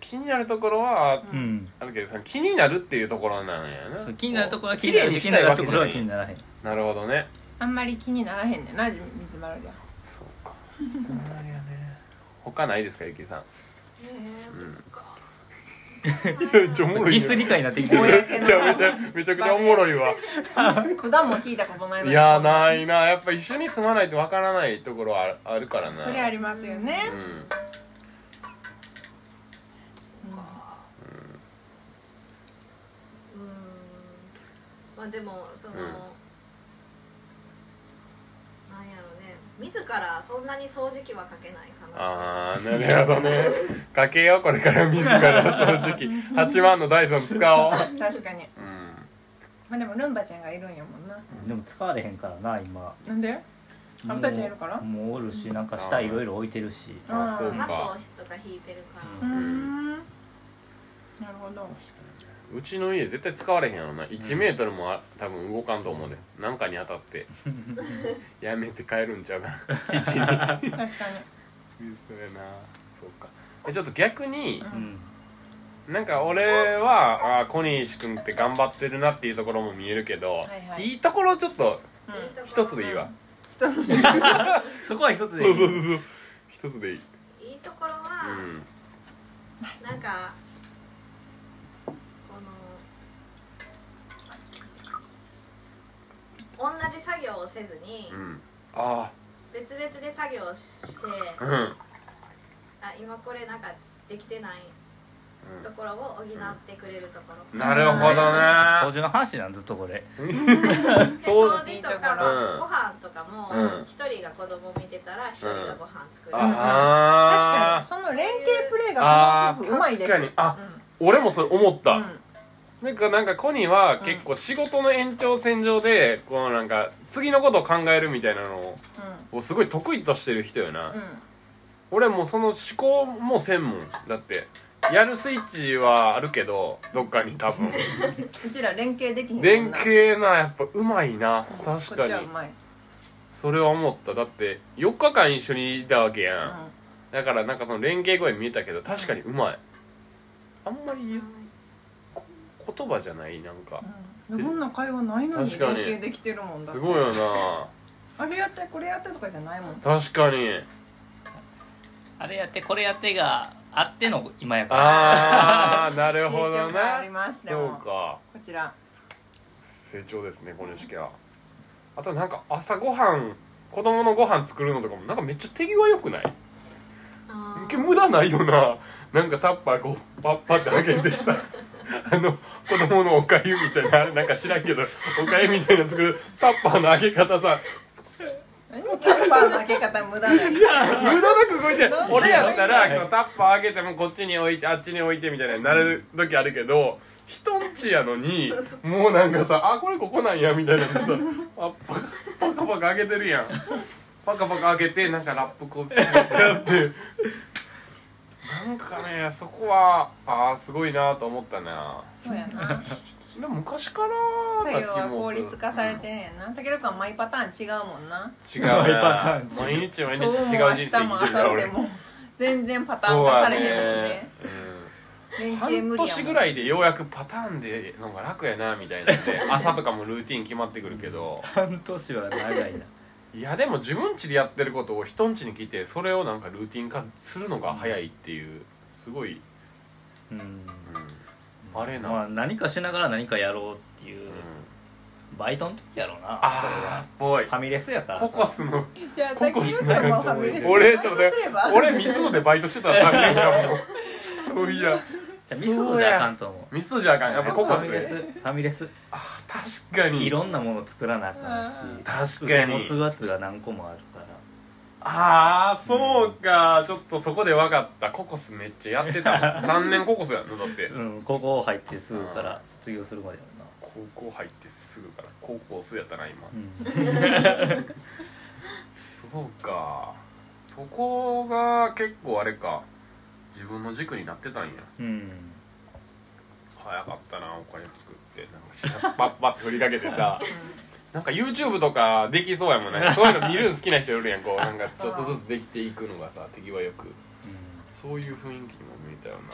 気になるところは
うん、
あるけどさ気になるっていうところなんやな
そう気になるところは気になるし気になるところは気にならへん
なるほどね
あんまり気にならへんねんな水丸では
そうかそんなあれやね他ないですかゆきさん
へえ
うん
ー
ちょおもろい
ギ
ね
ス理解になってきて
公
る
の
めちゃめちゃめちゃくちゃおもろいわ
普段も聞いたことないの
い
に
やないなやっぱ一緒に住まないとわからないところはあるあるからな
それありますよね
うん
うーんまあでもその、
うん
なんやろね自らそんなに掃除機はかけないかな
ああなるほどね家計ようこれから自ら掃除 機8万のダイソン使おう
確か
うん
にまあでもルンバちゃんがいるんやもんな
でも使われへんからな今
なんであんたちゃんいるから
もうおるしなんか下いろいろ置いてるし
あそう
マッ
か
トとか引いてるか
うー
うん
なるほど
うちの家絶対使われへんやろな1メートルもあ多分動かんと思うでなんかに当たって やめて帰るんちゃうかな基地にそ
確か に
れなそうかえちょっと逆に
うん
なんか俺はあー小西君って頑張ってるなっていうところも見えるけど、
はいはい
いところちょっと
うん
ら、いいとこ
一つでいいわ、
そこは一つで
そ
いう
そう
い
そうそう一つでいい
いいところは、なんかこの同じ作業をせずに、
うんうんあ
別々で作業をして
あうんうん
あ今これなんかできてないところを補ってくれるところ、
なるほど
掃
な
除の話なんずっとこれ
で
そう
掃除とか、
うん
ご飯とかも
うん
一、人が子供見てたら一人がご飯作
確
る、
か
あ
にその連携プレーがこの夫婦うまいです
あー確かー俺もそれ思った、
うんうん
なんかなんかコニーは結構仕事の延長線上でこのなんか次のことを考えるみたいなのをすごい得意としてる人よな、
うん
俺もうその思考もせんもんだってやるスイッチはあるけどどっかに多分
うちら連携できへんもんな
連携なやっぱうまいな確
こ
か
っち
に
はうまい
それは思っただって4日間一緒にいたわけや
う
ん、
ん
だからなんかその連携声見えたけど確かにうまいあんまり言うこ言葉じゃないなんか
うんいやこんな会話ないのに
確
連
かに
携できてるもんだ
すごいよな
あれやってこれやってとかじゃないもん
確かに
あれやってこれやってがあっての今やから
あ あなるほど
成長があり
ね
ますで
そう
もこ
か
ちら
成長ですねこの式はあとなんか朝ごはん子供のご飯作るのとかもなんかめっちゃ手際良くない
あー
無駄ないよななんかタッパーこうパッパって開けてさあの子供のおかゆみたいなあれなんか知らんけどおかゆみたいなの作るタッパーの開け方さ
何キャッパーの開け方無駄だ よ
無駄なく動いて俺やったらこうタッパー開けてもこっちに置いてあっちに置いてみたいななる時あるけど人んちやのにもうなんかさあこれここなんやみたいな のさあパカパカパカ開けてるやんパカパカ開けてなんかラップこうピュッてやってなんかねそこはああすごいなと思ったな
そうやな
でも昔から
作業
だ
は
ってもう
効率化されてるんやな武尊君は毎パターン違うもんな
違うな毎日毎日違
今
う
日も
人
明
生生き
日
てる
も明
から
後
俺
日も全然パター
そ
ン
う
化
は
されてるので
ねうん
連携
半
無理やもん
年ぐらいでようやくパターンでのが楽やなみたいなん で朝とかもルーティン決まってくるけど
半年は長いない
やでも自分家でやってることを人ん家に来てそれをなんかルーティン化するのが早いっていうすごい、
うん
うん、あれな、
まあ、何かしながら何かやろうっていうう、
ん、
バイトの時やろうなそれ
あ
は
あっぽい
ファミレスやからさ
ココスの
じゃ あ
コ
武
コス
尊
な
君
んか
もファミレスで
俺ちょっと
バイトすれば
俺ミスドでバイトしてたら3年間 もそういや
じゃあミスドじゃあかんと思う
ミスドじゃあかんやっぱココ
ファ
ス
ミレスファミレス
あー確かに
いろんなもの作らなあかんし
確か
上も
に
つがつが何個もあるから
ああそうか、ちょっとそこで分かったココスめっちゃやってた3 年ココスやんなだって
うん高校入ってすぐから卒業するまでやろ
高校入ってすぐから高校数やったな今
うな
そうかそこが結構あれか自分の軸になってたんや
うん、うん
早かったなお金作ってなんかシラスパッパッて振りかけてさなんか YouTube とかできそうやもん ねそういうの見るん好きな人いるやん こうなんかちょっとずつできていくのがさ手際よくそういう雰囲気にも見えたよな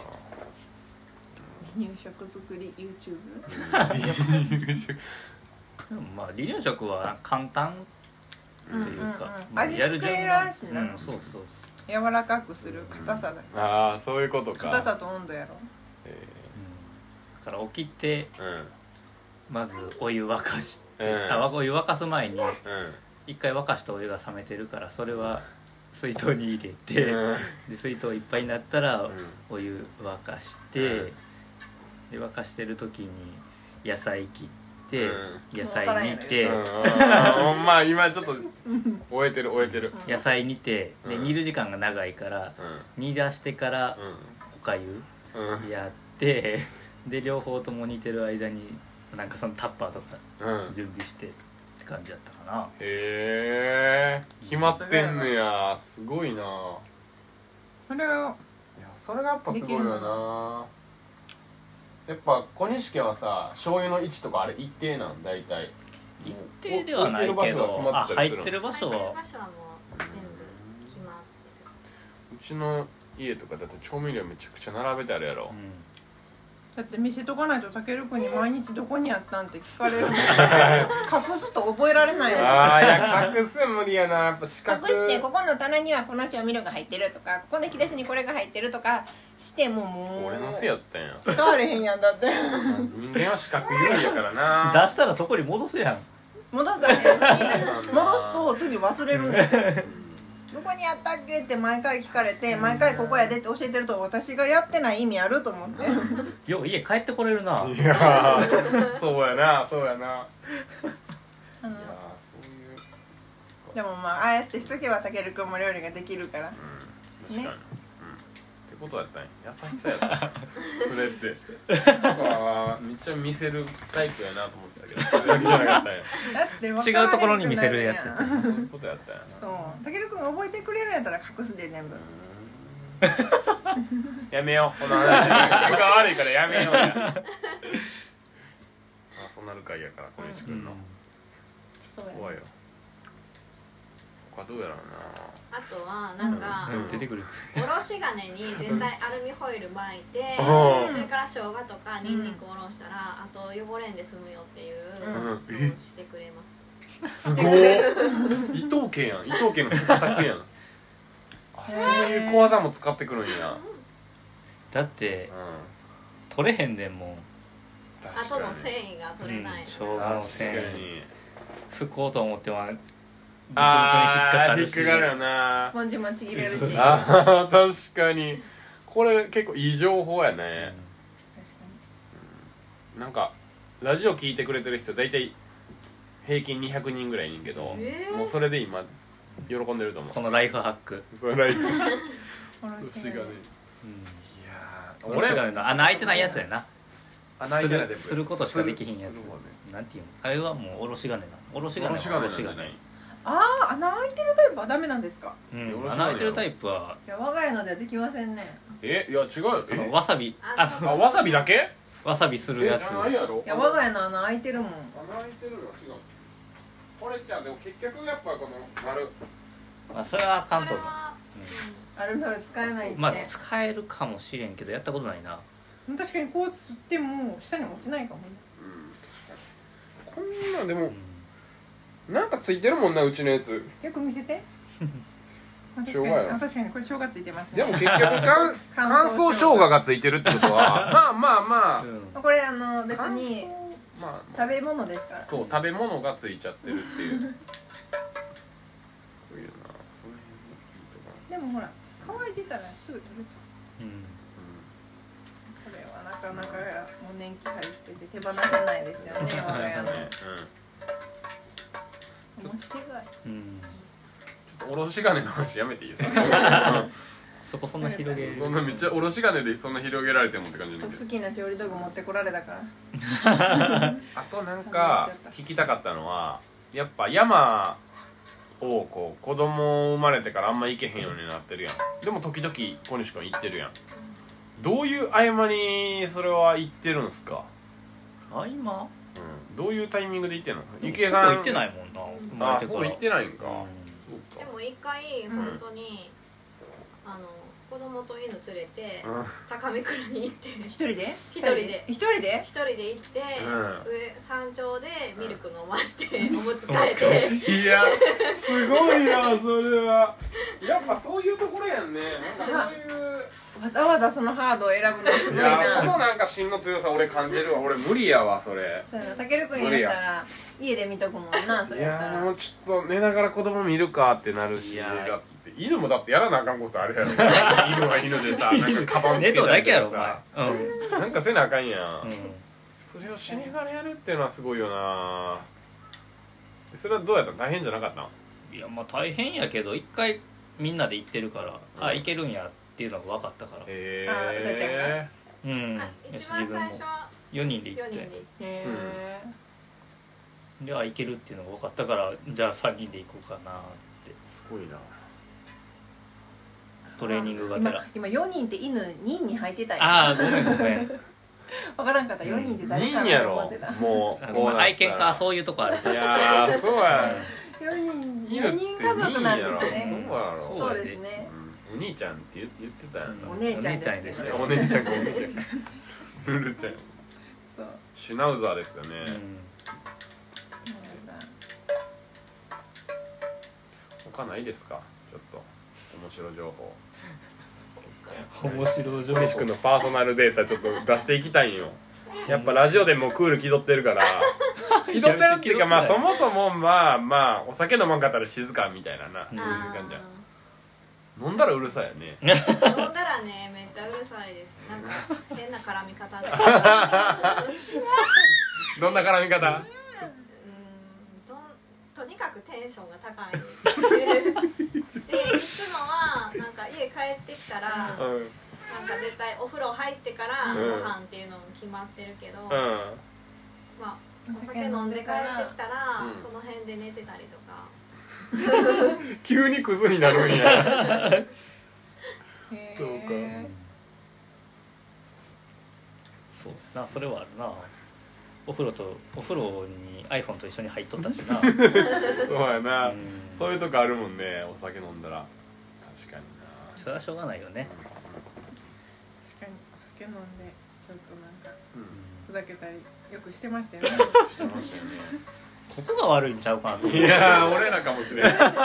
入食作り YouTube
でもまあ離乳食は簡単という
うんうん
か
う、ん
まあ、
味
やる
付
順
け
番
らしいな
うん、そうそう
柔らかくする硬さだ
ああそういうことか
硬さと温度やろ
え
そうだから起きて
ーうん
まずお湯沸かし
う
て、
ん
あわお湯沸かす前に
うん
一回沸かしたお湯が冷めてるからそれは水筒に入れて、
うん
で水筒いっぱいになったら、
うん
お湯沸かして、
うん
で沸かしてる時に野菜切って、
うん
野菜煮て、
うんほんまあ今ちょっと終えてる終えてる
野菜煮て、で
うん
煮る時間が長いから
う
煮出してから
ん
おかゆ
うんうん
やって、で両方とも煮てる間になんかそのタッパーとか
うん
準備してって感じだったかな
へえ決まってんねやすごいない
それを
やそれがやっぱすごいよなやっぱ小西家はさ醤油の位置とかあれ一定なん大体
一定ではない
置
け
いてる場所が
ど
決ま
あ
ってたり
入
するの
ってる場所
入ってる
は
場所はもう全部決まって
う
る
ちの家とかだって調味料めちゃくちゃ並べてあるやろ
うん
だって見せとかないとたけるくんに毎日どこにあったんって聞か れるもん隠すと覚えられないよ
ああいや隠す無理やなやっぱ四角
隠してここの棚にはこの調味料が入ってるとかここの引き出しにこれが入ってるとかしてももう
俺のせいやったんや
使われへんやんだって
人間は視覚優位やから
出
な
したらそこに戻すやん
戻さへんし
戻
戻すと次忘れるんだ よどこにあったっけって毎回聞かれて毎回ここやでって教えてると私がやってない意味あると思って
よう家帰ってこれるない
やーそうやなそうやないや
あの
ーそういう
でもまあああやってしとけばたけるくんも料理ができるから
うん確かに、う
ね
んってことやったんや優しさやったん やそれってなんかめっちゃ見せるタイプやなと思ってたけどそれだけじゃなかったんや
だって違
違うところに見せるやつ
そういうことやったんや な
そうたけるくんが覚えてくれるんやったら隠すで全部
やめようこの話僕が悪いからやめよう やパーソナル会やから小西君の、
そうや
怖いよ他どうやらな
あとはなんか、
うん出てくる
おろし金に絶対アルミホイル巻いて
あー
それから生姜とかニンニクおろしたら、あと汚れんで済むよっていう
うん
のをしてくれます、
すごい伊藤家やん伊藤家の畑 やんあそういう小技も使ってくるんや
だって
う
取れへんでも
ん確か
後
に
の繊維が
う、
取れない、
うん
そ
生姜の繊
確か
維
に
拭こうと思ってもブツブツに引っか
あ
か
ー引
る
っ
し
かかるよな
スポンジもちぎれるし。確か
あー確かにこれ結構いい情報やねなんかラジオ聞いてくれてる人大体平均200人ぐらいいんけど、
えー
もうそれで今喜んでると思う
このライフハック、
それライフ年がねい
に
や
うん、
ー
俺ら
俺
の穴開いてないやつやな
あ泣いてない
するすることしかできひんやつ
するするわね
なんていうのあれはもうおろし金なおろし
お
金
ろし金
はお
な
ろ
んじ
し
ゃ
金
ない
ああ、穴開いてるタイプはダメなんですか。
う
おろ
ん
し金
穴開いてるタイプはい
や、我が家のではできませんね。
えいや違うよ
あの
え
わさび
あ
あ
そう
あわさびだけ
わさびする
え
や
じゃない
つ
やろ
いや、我が家の穴開いてるもん。
穴開いてるの違うこれじゃあでも結局やっぱこの丸
まあそれはあかんと
れ
思う
は、
あれそれ使えないって。
まあ使えるかもしれんけどやったことないな
確かにこう吸っても下に落ちないかもね。
うんこんなんでも
う
なんかついてるもんなうちのやつ
よく見 せて。
生
確か
姜
に、
やろ
確かにこれ生姜ついてます
でも
ね。
結局乾 乾燥生姜がついてるってことはまあまあまあ
ん
これあの別に
ま あ
食べ物ですから。
そう食べ物がついちゃってる っていうすごいよなその辺もいいとこ
でもほら、乾いてたらすぐ取れちゃ
うん
う。これはなかなかもう年季入ってて手放せないですよね、我が家
あるう
の
ん。ね
持ち手が。
うん
うんおろし金の話やめていいですか
そこそんな広げる
そんなめっちゃおろし金でそんな広げられてもって感じなんだけ
好
ど
きな調理道具持ってこられたから。
あとなんか聞きたかったのはやっぱ山をこう子供生まれてからあんま行けへんようになってるやんでも時々小西君行ってるやんどういう合間にそれは行ってるんすか、
あ今
うん、どういうタイミングで行ってんのゆきえ
結
さん
構行ってないもんな生ま
あ
れて
ほ
か
ぼ
ら
行ってないんか、
う
そう
で
か
も一回本当に、あの子供と犬連れて、
うん
高見倉に行って
一人で
一人で
一人で
一人で行って、
うん
上山頂でミルク飲まして、おむつ替えて
いやすごいなそれはやっぱそういうところやんねなんかそういう
わざわざそのハードを選ぶのすごい
い
な
やそのなんか芯の強さ俺感じるわ俺無理やわそれ
そうやなたけるくんやったら家で見とくもんなそ
い
れやった
やーも
ら
うちょっと寝ながら子供見るかってなるし
いやー
だって犬もだってやらなあかんことあるやろ 犬は犬でさなんかカ
ん
バンつけ
寝
た
と
りとかさ
だけやろお前うん
なんかせなあかんやん、
うん
それをしながらやるっていうのはすごいよなそれはどうやったの大変じゃなかったの
いやまあ大変やけど一回みんなで行ってるから、
うん
あ行けるんやっていうのが分かったから
へ
あーうたちゃんが
え
うん
あ
や
一
し
番
自分
最
も
初は
4人で行
4
っ
人で
て
行って
へえ
であ行けるっていうのが分かったからじゃあ3人で行こうかなって
すごいな
トレーニングがて
今
ら
今4人って犬2に入ってたんや
ああごめんごめ ん
分からんかった4人って誰か
人
な
や
と思
ろ
ってた
もう
あごめん愛犬か
う
そういうとこある
いやーそうや
4人
犬って
4人家族なんです
いい
ね
んやろ
そ
そう
やろ
うやろ
そうですね
うんお兄ちゃんって言言ってたやん
うん
お姉ちゃんですけど
お姉ちゃんかお姉ちゃんかルルちゃん
そう
シュナウザーですよね、
う
他ないですかちょっと面白情報
ん面白い情
小西君のパーソナルデータちょっと出していきたいんよやっぱラジオでもうクール気取ってるから気取ってるっていうかまあそもそもまあまあお酒飲まんかったら静かみたいななそういう
あ
感じや飲んだらうるさいよね
ー飲んだらねめっちゃうるさいですなんか変な絡み方でう
どんな絡み方
んととにかくテンションが高いですでいつもはなんか家帰ってきたらなん
う
か
んうん
絶対お風呂入ってから
うん
ご飯っていうのも決まってるけど、まあお酒飲んで帰ってきたら、
うん
その辺で寝てたりとか
急にクズになるん や
へ
そうか
え
そうなそれはあるなお風呂とお風呂に iPhone と一緒に入っとったし な、
そうやな、
うん
そういうとこあるもんねお酒飲んだら確かに
それはしょうがないよね、
確かにお酒飲んでちょっとなんか
な
ふざけたりよくしてましたよね
うんしてましたよね
ここが悪いんちゃうかなと思
いうやー俺らかもしれん人
やい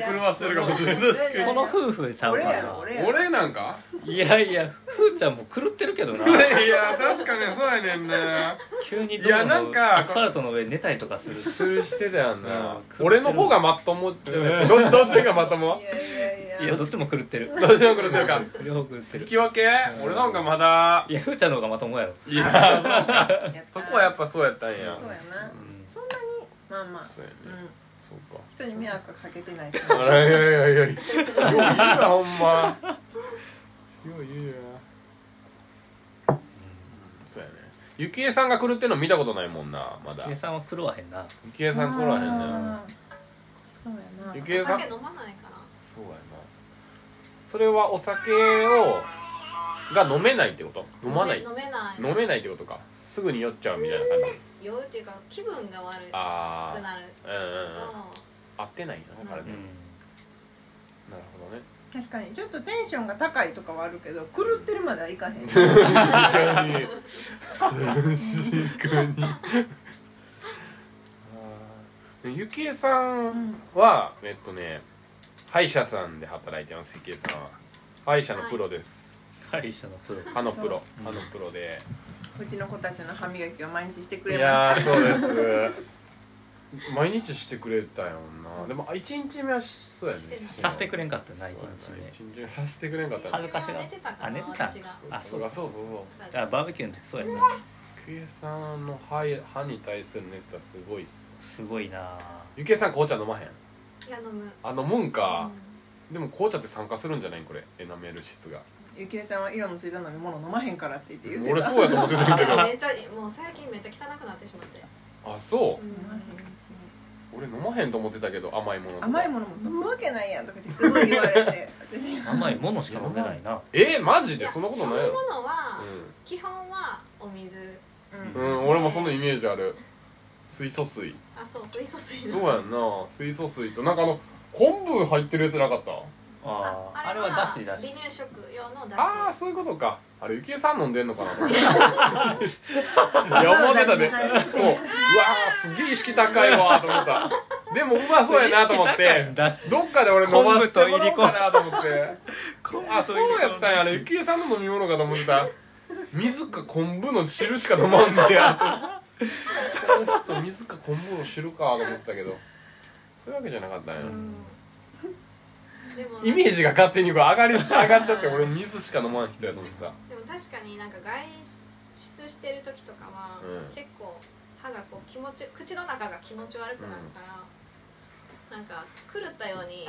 や
生狂わしてるかもしれんですけ
この夫婦ちゃう
俺
か
やろ
な
俺やろ
俺なん か
いやいやふーちゃんも狂ってるけど ない
や確かにそうやねんな
急に道路
いやなん
の
か
アスファルトの上に寝たりとかするし
するしてたやんな
うん
俺の方がまともじゃないどどっちがまとも
いやいやいや
いやどっちも狂ってる
どっちが狂ってるか
両方狂って
引
る
き分け俺なんかまだ
いやふーちゃんの方がまともやろ
いや
やった
そこはやっぱそうやったんや
そうやな
うん
そんなにまあまあ
そうやね
うん
そうか
人に迷惑かけてないから
あらいやいやいやいやいやほんまよう言うよなそうやねゆきえさんが狂ってるの見たことないもんなまだ
計算は狂わへんな
ゆきえさん狂わへんねん
あーそうやな
ゆきえ
お
さん
酒飲まないから
そうやなそれはお酒をが飲めないってこと飲まない
飲めない
飲めないってことかすぐに酔っちゃうみたいな感じ
酔うっていうか気分が悪
ああ
くなる
うんうんうん
と
合ってないな体
う
に
ん
なるほどね
確かにちょっとテンションが高いとかはあるけど狂ってるまではいかへん
確かに確かにあーゆきえさんは、えっとね歯医者さんで働いてますゆきえさんは歯医者のプロです、
会社のプロ
歯のプロ
そう
歯のプロで、
うちの子たちの歯磨きを毎日してくれ
い
ました
やーそうです毎日してくれたよなでも1日目はしそうやね
してない
さしてくれんかったな一日
1日目さしてくれんかった
恥ずかしが
寝てたか
あ寝
な
てた
私が
あそう
か
か
そうそうそう
目あバーベキューの時そうやな
ゆきえさんの歯歯に対する熱はすごいっす
すごいな
ゆきえさん紅茶飲まへん
いや飲む
あのもんか、
うん
でも紅茶って酸化するんじゃないこれエナメル質が
ゆきえさんは色のついた飲み物飲まへんからって言って言ってた
俺そうやと思ってたけ
でも
ど
めっちゃもう最近めっちゃ汚くなってしまって、
あそううん
飲まへんし
俺飲まへんと思ってたけど甘いものとか
甘いものも飲むわけないやんとかってすごい言われて
あ甘いものしか飲んでないな
えマジ
い
で
や
そんなことないや
飲
ろ
むものは、基本はお水
うん
うん、うん、俺もそのイメージある水素水
あそう水素水
そうやんな水素水となんかあの昆布入ってるやつなかった
あーあれはだしだし
離乳食用のだし
ああそういうことかあれゆきえさん飲んでんのかなと思っていや思ってたねそううわーすげえ意識高いわーと思ったでもうまそうやなと思っ
意識高
て
いだし
どっかで俺飲ませてもらおうかなと思って
昆布と
あそうやったんやあれゆきえさんの飲み物かと思ってた水か昆布の汁しか飲まんねやとちょっと水か昆布の汁かと思ってたけどそういうわけじゃなかったんや、
でも
イメージが勝手にこう上がり上がっちゃって俺水しか飲まん人やと思ってた
でも確かになんか外出してる時とかは、
うん
結構歯がこう気持ち口の中が気持ち悪くなるから、なんか狂ったように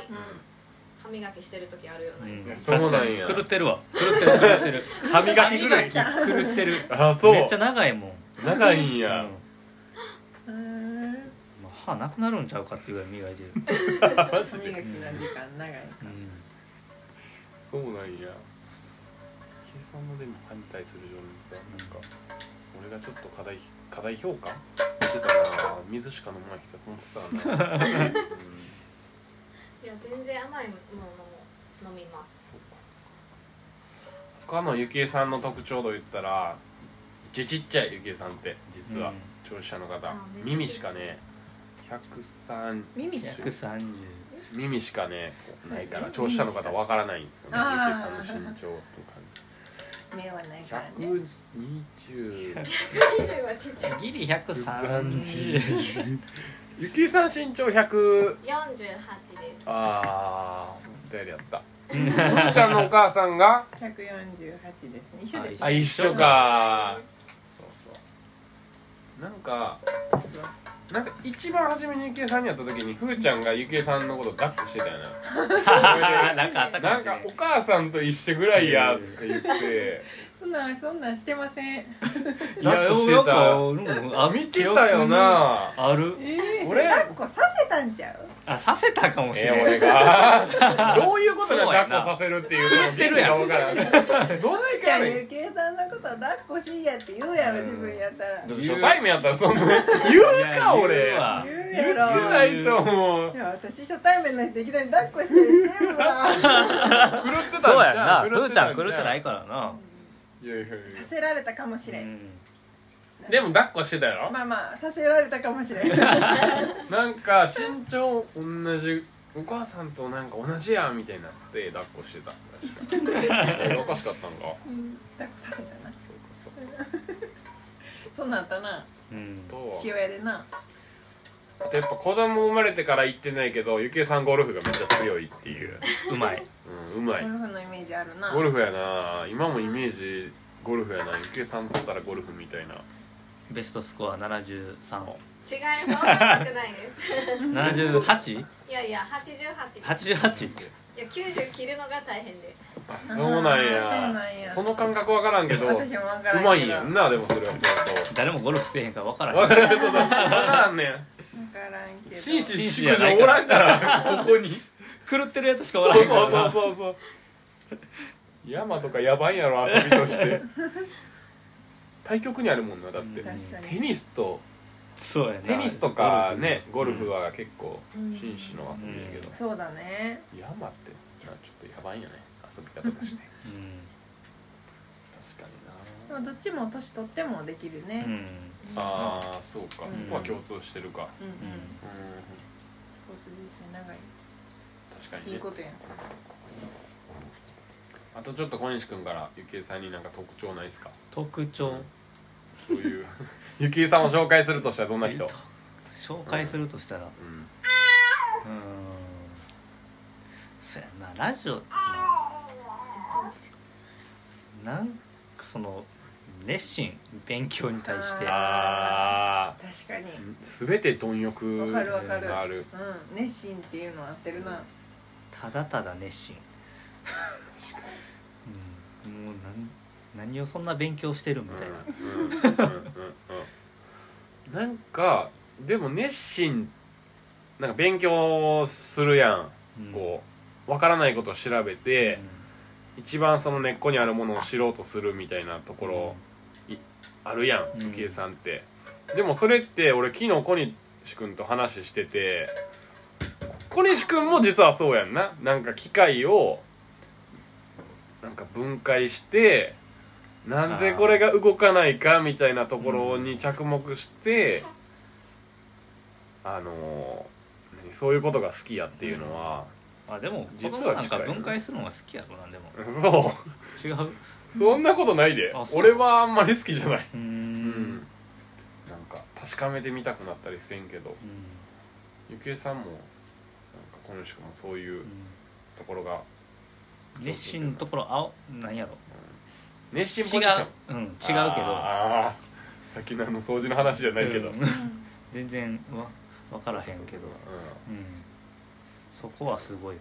歯磨きしてる時あるよ
う
ね、
ん
いやそう
確
な
か
ん
に
や
狂ってるわ狂ってる狂って る
歯磨きぐら い
歯磨き狂ってる
あそう
めっちゃ長いもん
仲いいん
い
や、
うーん
まあ、歯なくなるんちゃうかっていうぐらい磨いてる、
歯磨きの時
うん、
間長い
そうなんや計算のでも歯に対する情熱だなんか俺がちょっと過大過大評価してたな水しか飲まない人と思ってたな、うん、 そうか
いや全然甘いものも飲み ます
そうか他のゆきえさんの特徴と言ったらちちっちゃいゆきえさんって実は、
うん
聴取者の方
あめっちゃちっちゃ
耳しか
い
ね103
耳じゃん
130
耳しかねないから聴取者の方わからないんですよねゆき
あー
えさんの身長と か
目はないからね
120
20はちっちゃい
ギリ130
ゆきえさん身長100
48です
あー思ったよりや ったふーちゃんのお母さんが
148ですね一緒です
あ一緒かそうそうなんかなんか一番初めにゆきえさんに会った時にふーちゃんがゆきえさんのこと抱っこしてたよな
なんかあったか
な
も
ん
しれ
か
ない
お母さんと一緒ぐらいやって 言って
そんなんそんなんしてませ
い
ん
や
抱っこして
よく
た
うんあ
見てたよな
ある
ええそ
俺
れ抱っこさせたんちゃう
あさせたかもし
え
れ
ー、
ない、
俺 がどういうことで
そう
抱
や
っこ
な
させるっていうのを
てるやん
どうかなどっち
じゃ
か
あ
ね
ゆきえさんのこと抱っこしいやって言うやろ
うん
自分やったら
どう
初対面やったらそんな言
いうや
か
言
俺
うわ
言う
言
や
って
ろ
ないと思う
いや私初対面の人いきなり抱っこしてるせんわさ
狂ってたんじゃん
そうやんなふーちゃん
狂
狂
っ
ってて
な
ないいからな
やいやいや
せられたかもし
う
れん
ん
でも抱っこしてたやろ
まあまあさせられたかもしれない
なんか身長同じお母さんとなんか同じやみたいになって抱っこしてた確かえおかしかったんか
抱っこさせた
そう
な
かそうか
そんなんあったな
うん
あとは
父親でな
あとやっぱ子供生まれてから行ってないけどゆきえさんゴルフがめっちゃ強いっていう、
うまい
うん、うま
ゴ
い
ルフのイメージあるな
ゴルフやな今もイメージゴルフやなゆきえさんだったらゴルフみたいな
ベストスコア73を
違いそんな高くないです
78?88?
いやいや88いや90切るのが大変で
あそうなん
あ
や
ーそうなんや
その感覚わからんけどう
私もわからんけど
まいんやんなでもそれはそ
誰もゴルフせえへんから分か
うとわから
へ
らんそうそうわからんねん
わからんけど
紳士淑女おらんからここに
ん狂ってるやつしかお
そう
らへ
そうん
から
そう
な
そうそう山とかやばいんやろ遊びとして対局にあるもんなだって
うん
確か
テ
に
ニスと
そうやな
テニスとかねゴルフ
は
は結構紳士の遊びやけど
そうだね
山ってなちょっとやばいんやね遊び方として確か
でもどっちも年取ってもできる
うんう
ね
ん
になああそうか
うん
そこは共通してるか
うんうん
うん
うん
スポーツ人生長い
確かに
いい
ね
ことやん
あとちょっと小西君からゆきえさんになんか特徴ないですか
特徴
そういうゆきえさんを紹介するとしたらどんな人
えっと紹介するとしたらう
うん
ーんそうやなラジオのなんかその熱心勉強に対して
あ
確かに
ー全て貪欲
わかるわかる
がある
うん熱心っていうのは合ってるな
ただただ熱心うんもう何何をそんな勉強してるみたいな
うんうんうんうんなんかでも熱心なんか勉強するや
うん
んこうわからないことを調べて、
う
一番その根っこにあるものを知ろうとするみたいなところ、いあるや
うん
ん時計さんって、でもそれって俺昨日小西君と話してて小西君も実はそうやんななんか機械をなんか分解してなぜこれが動かないかみたいなところに着目して、あのー何そういうことが好きやっていうのは、
んあでも子
実
供なん
は
か
近いよ
分解するのが好きやろなんでも
そう
違う
そんなことないで
あそう
俺はあんまり好きじゃないう
ーん
うんなんか確かめてみたくなったりせんけど
う
ゆきえさんもなんか小西君もそういうんところが、
うん熱心のところあおなんやろ
熱
違
心
う
ポジション
うん違うけど
あーさっきのあの掃除の話じゃないけど、
う
うん
ん全然わ分からへんけどうんそこはすごいな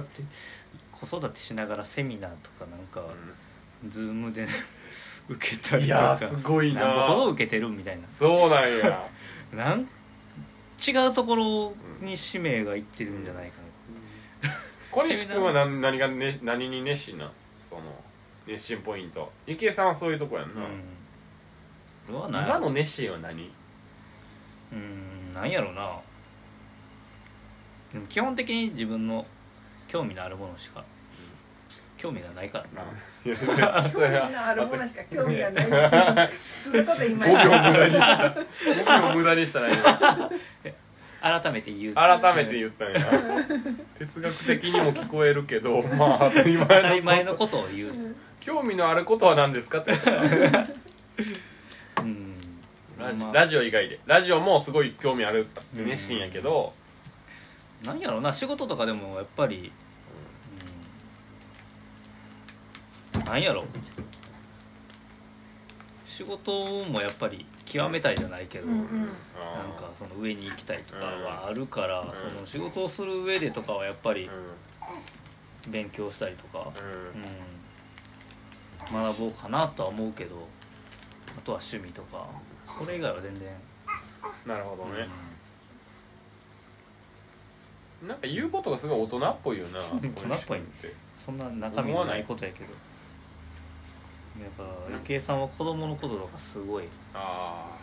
だって子育てしながらセミナーとかなんかズームで受けた
うん
り
い
と
や
か
ーすごい
なんかほど
な
受けてるみたいな
そうなんや
なん違うところに使命がいってるんじゃないか
小西君は何何が、ね、何に熱心なその熱心ポイントゆきえさんはそういうとこや
な
んな、
うんうわなんや
今の熱心は何
うんなんやろなでも基本的に自分の興味のあるものしか興味がないからな
興味のあるものしか興味がないっていう普通のこと今
5秒無
言
駄にした5秒無駄にしたな今
改めて言う
改めて言ったんや哲学的にも聞こえるけ どまあ当たり前
当
の
たり前のことを言う
興味のあることは何ですかってことだ
うん
ラジ
まあ
ラジオ以外でラジオもすごい興味ある熱心やけど、
なんやろな仕事とかでもやっぱり、うん、なんやろ仕事もやっぱり極めたいじゃないけど、
うんうん
あ
なん
ー
かその上に行きたいとかはあるから、その仕事をする上でとかはやっぱり勉強したりとか、
うんう
うん、
ん
学ぼうかなとは思うけどあとは趣味とかそれ以外は全然、
なるほど
うん
ね、なんか言うことがすごい大人っぽいよな
大人っぽい
小西君て
そんな中身のないことやけどやっぱゆきえさんは子供のこととかすごい、うん、
ああ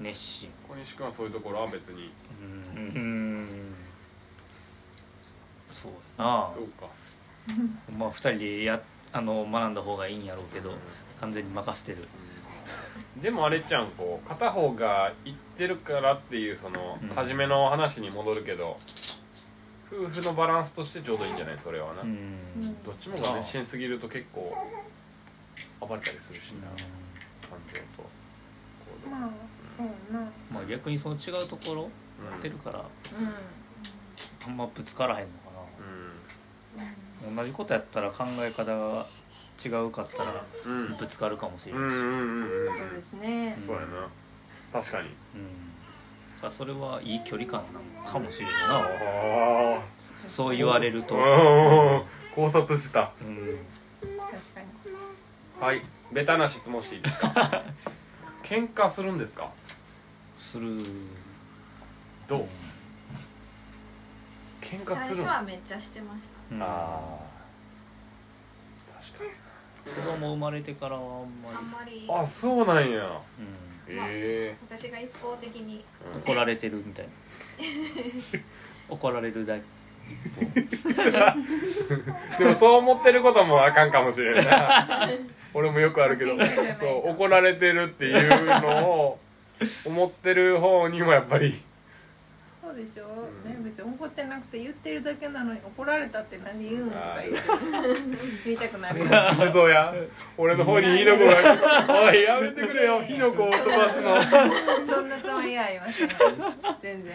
熱心
小西君はそういうところは別に
うん、うん、そうやな
そうか
まあ2人でやあの学んだ方がいいんやろうけど
うん
完全に任せてる
うんでもあれちゃんこう片方が言ってるからっていうその
うん
初めの話に戻るけど、夫婦のバランスとしてちょうどいいんじゃないそれはな、
うん
どっちもが熱心すぎると結構暴れたりするしな、感情と行動、
まあそうやな
まあ逆にその違うところ
うん
出るから
う
あんまぶつからへんのかな、同じことやったら考え方が違うかったら
うんうん
ぶつかるかもしれ
うんうん
ないし、うん
うんうんうん
んそうですね
そうやな確かに
だからそれはいい距離感なのかもしれん
あ
な
あ
そう言われると、
うん考察した
うん、
確かに
はいベタな質問していいですか 喧嘩するんですか
する
どう喧嘩
最
す
初
る
はめっちゃしてました
うん
ああ確かに
子供生まれてからはあんまり
あんまり
あそうなんや
う
へえ
私が一方的に
ん、怒られてるみたい な怒られるだけ
でもそう思ってることもあかんかもしれんな俺もよくあるけど
喧嘩じゃない
そう怒られてるっていうのを思ってる方にもやっぱり
そうでしょ、
うん
ね別に怒ってなくて言ってるだけなのに怒られたって何言うんとか言って言いたくなる
思想や俺の方に火の粉が「おいやめてくれよ火の粉を飛ばすの」
そんなつもりはありません全然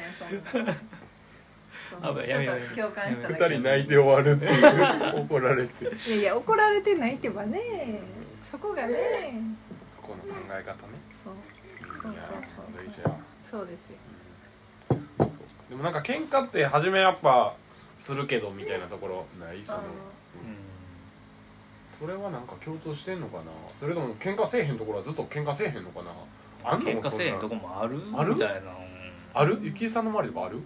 そんなそ
あ
んな
やめ
ち
よ
ょ
う
っと共感しただ
二
け
人泣いて終わるっていう怒られて
いやいや怒られてないってばねそこがね
この考え方ね
そう
い
そうそうそう
やー大事や
そうですよ
そうかでもなんか喧嘩って初めやっぱするけどみたいなところないそ
あ
の
の
う
それはなんか共通してんのかなそれとも喧嘩せえへんところはずっと喧嘩せえへんのかなあん
ん
の
喧嘩せえへんとこもある
ある
みたいな
あるゆきえさんの周りではある
いや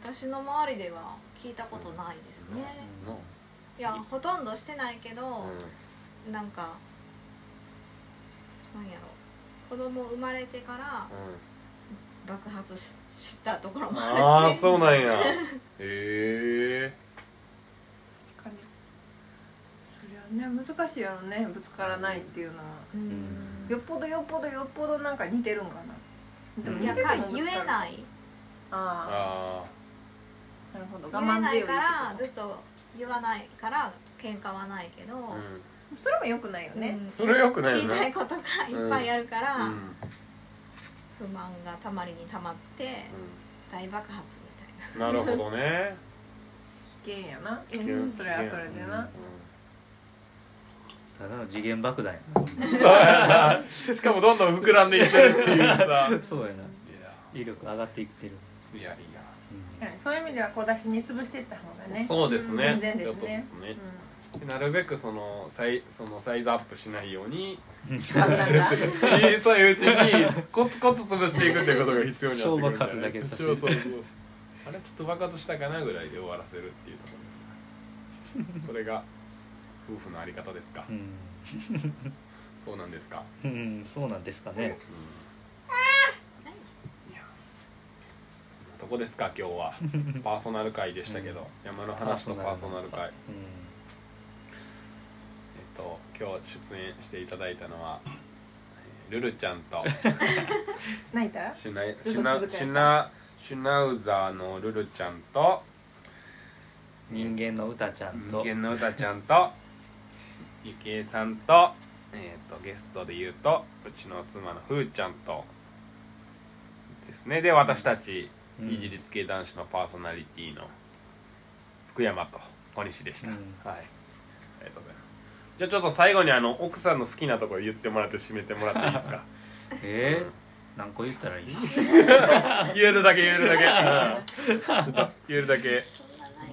私の周りでは聞いたことないですね
な
いうや
ん
ほとんどしてないけど
うん、
なんかなんやろ子供生まれてから爆発ししたところも
あ
あ
あ
るし
そうなん やへえ
確かにそりゃね難しいやろねぶつからないっていうのは
うん
よっぽどよっぽどよっぽどなんか似てるんかなでも
うん
い
似
や
ててもぶつ
言
か
え
る
ない
あ
あ
あなるほど
言
我
え
慢
な
強い
い
ってこ
からずっと言わないから喧嘩はないけど、
あ、うん、
とそれも良くないよ
う
ね、
ん
それよくない
言
よ
いたい
ね
ことがいっぱいあるから、
うん、
不満がたまりにたまって大爆発み
うん、なるほどね、
危険やな
険
うんそれはそれでな、
ただの次元爆弾や
うん、そうやなしかもどんどん膨らんでいってるっていうさ
な そうやな威力上がっていってる、
いやいやいや
確かにそういう意味では小出しに潰していった方がね
そうですね
全然で
ちょ
すね
っとですね
う
なるべくそのサイそのサイズアップしないように
うん
ん、危ないな
小さいうちにコツコツ潰していくってことが必要になってくるんじゃない
小爆発だけさせて
そうそうそうあれちょっと爆発したかなぐらいで終わらせるっていうところですねそれが夫婦のあり方ですか
うん、
そうなんですか、
うん、そうなんですかね
いやどこですか今日 はパーソナル会でしたけど、山の話とパーソナル会
う
えっと、今日出演していただいたのは、えールルちゃん と
泣いた
シュナイシ
ずっと
ュナ
静かやった
シュナシュナウザーのルルちゃんと
ん、人間の歌ちゃん
人
と
間の歌ちゃんとゆきえさんと,、えっとゲストで言うとうちの妻のふーちゃんとですねで私たち、
うん
いじりつけ男子のパーソナリティの福山と小西でした、
うん
はいありがとうございますじゃあちょっと最後にあの奥さんの好きなところ言ってもらって締めてもらっていいですか
えー、何個言ったらいい
言えるだけ言えるだけ、うんちょっと言えるだけ
たい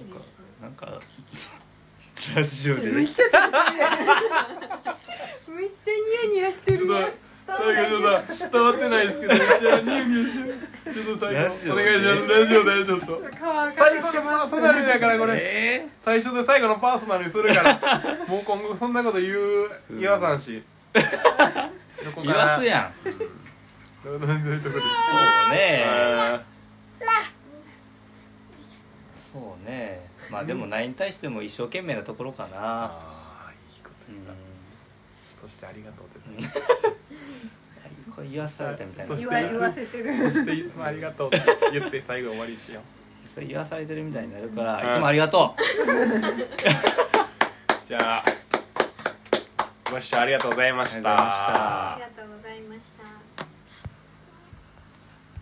なそんなないです
なんかラジオで
めっちゃめっちゃニヤニヤしてる
ちょっ
よ
と
伝わ
伝わっ
らない
てないですけど、めっちゃニヤニヤしますちょっと最
ラ
後
ジオ
お願いします。ラジオでちょっと。
顔赤く
最後の
して
パ
ま
ー
す
ソナルだからこれ。
え
最初で最後のパーソナルにす るから。もう今後そんなこと言う言わさんし。ど
ー、
こ
言わす
ん。
やん
うんどうどうどういうとこで。
そうね
あ
そうねまあでも何に対しても一生懸命なところかな
あーいいこ
う
と言う んな。そしてありがとうございます。
言わされたみたいな
そ
言
し
わ
て
言わせ
そ
てる
していつもありがとうって言って最後終わりにしよう
それ言わされてるみたいになるから、
うん
いつもありがと
じゃあご視聴ありがとうございました
ありがとうございました
りがとうございます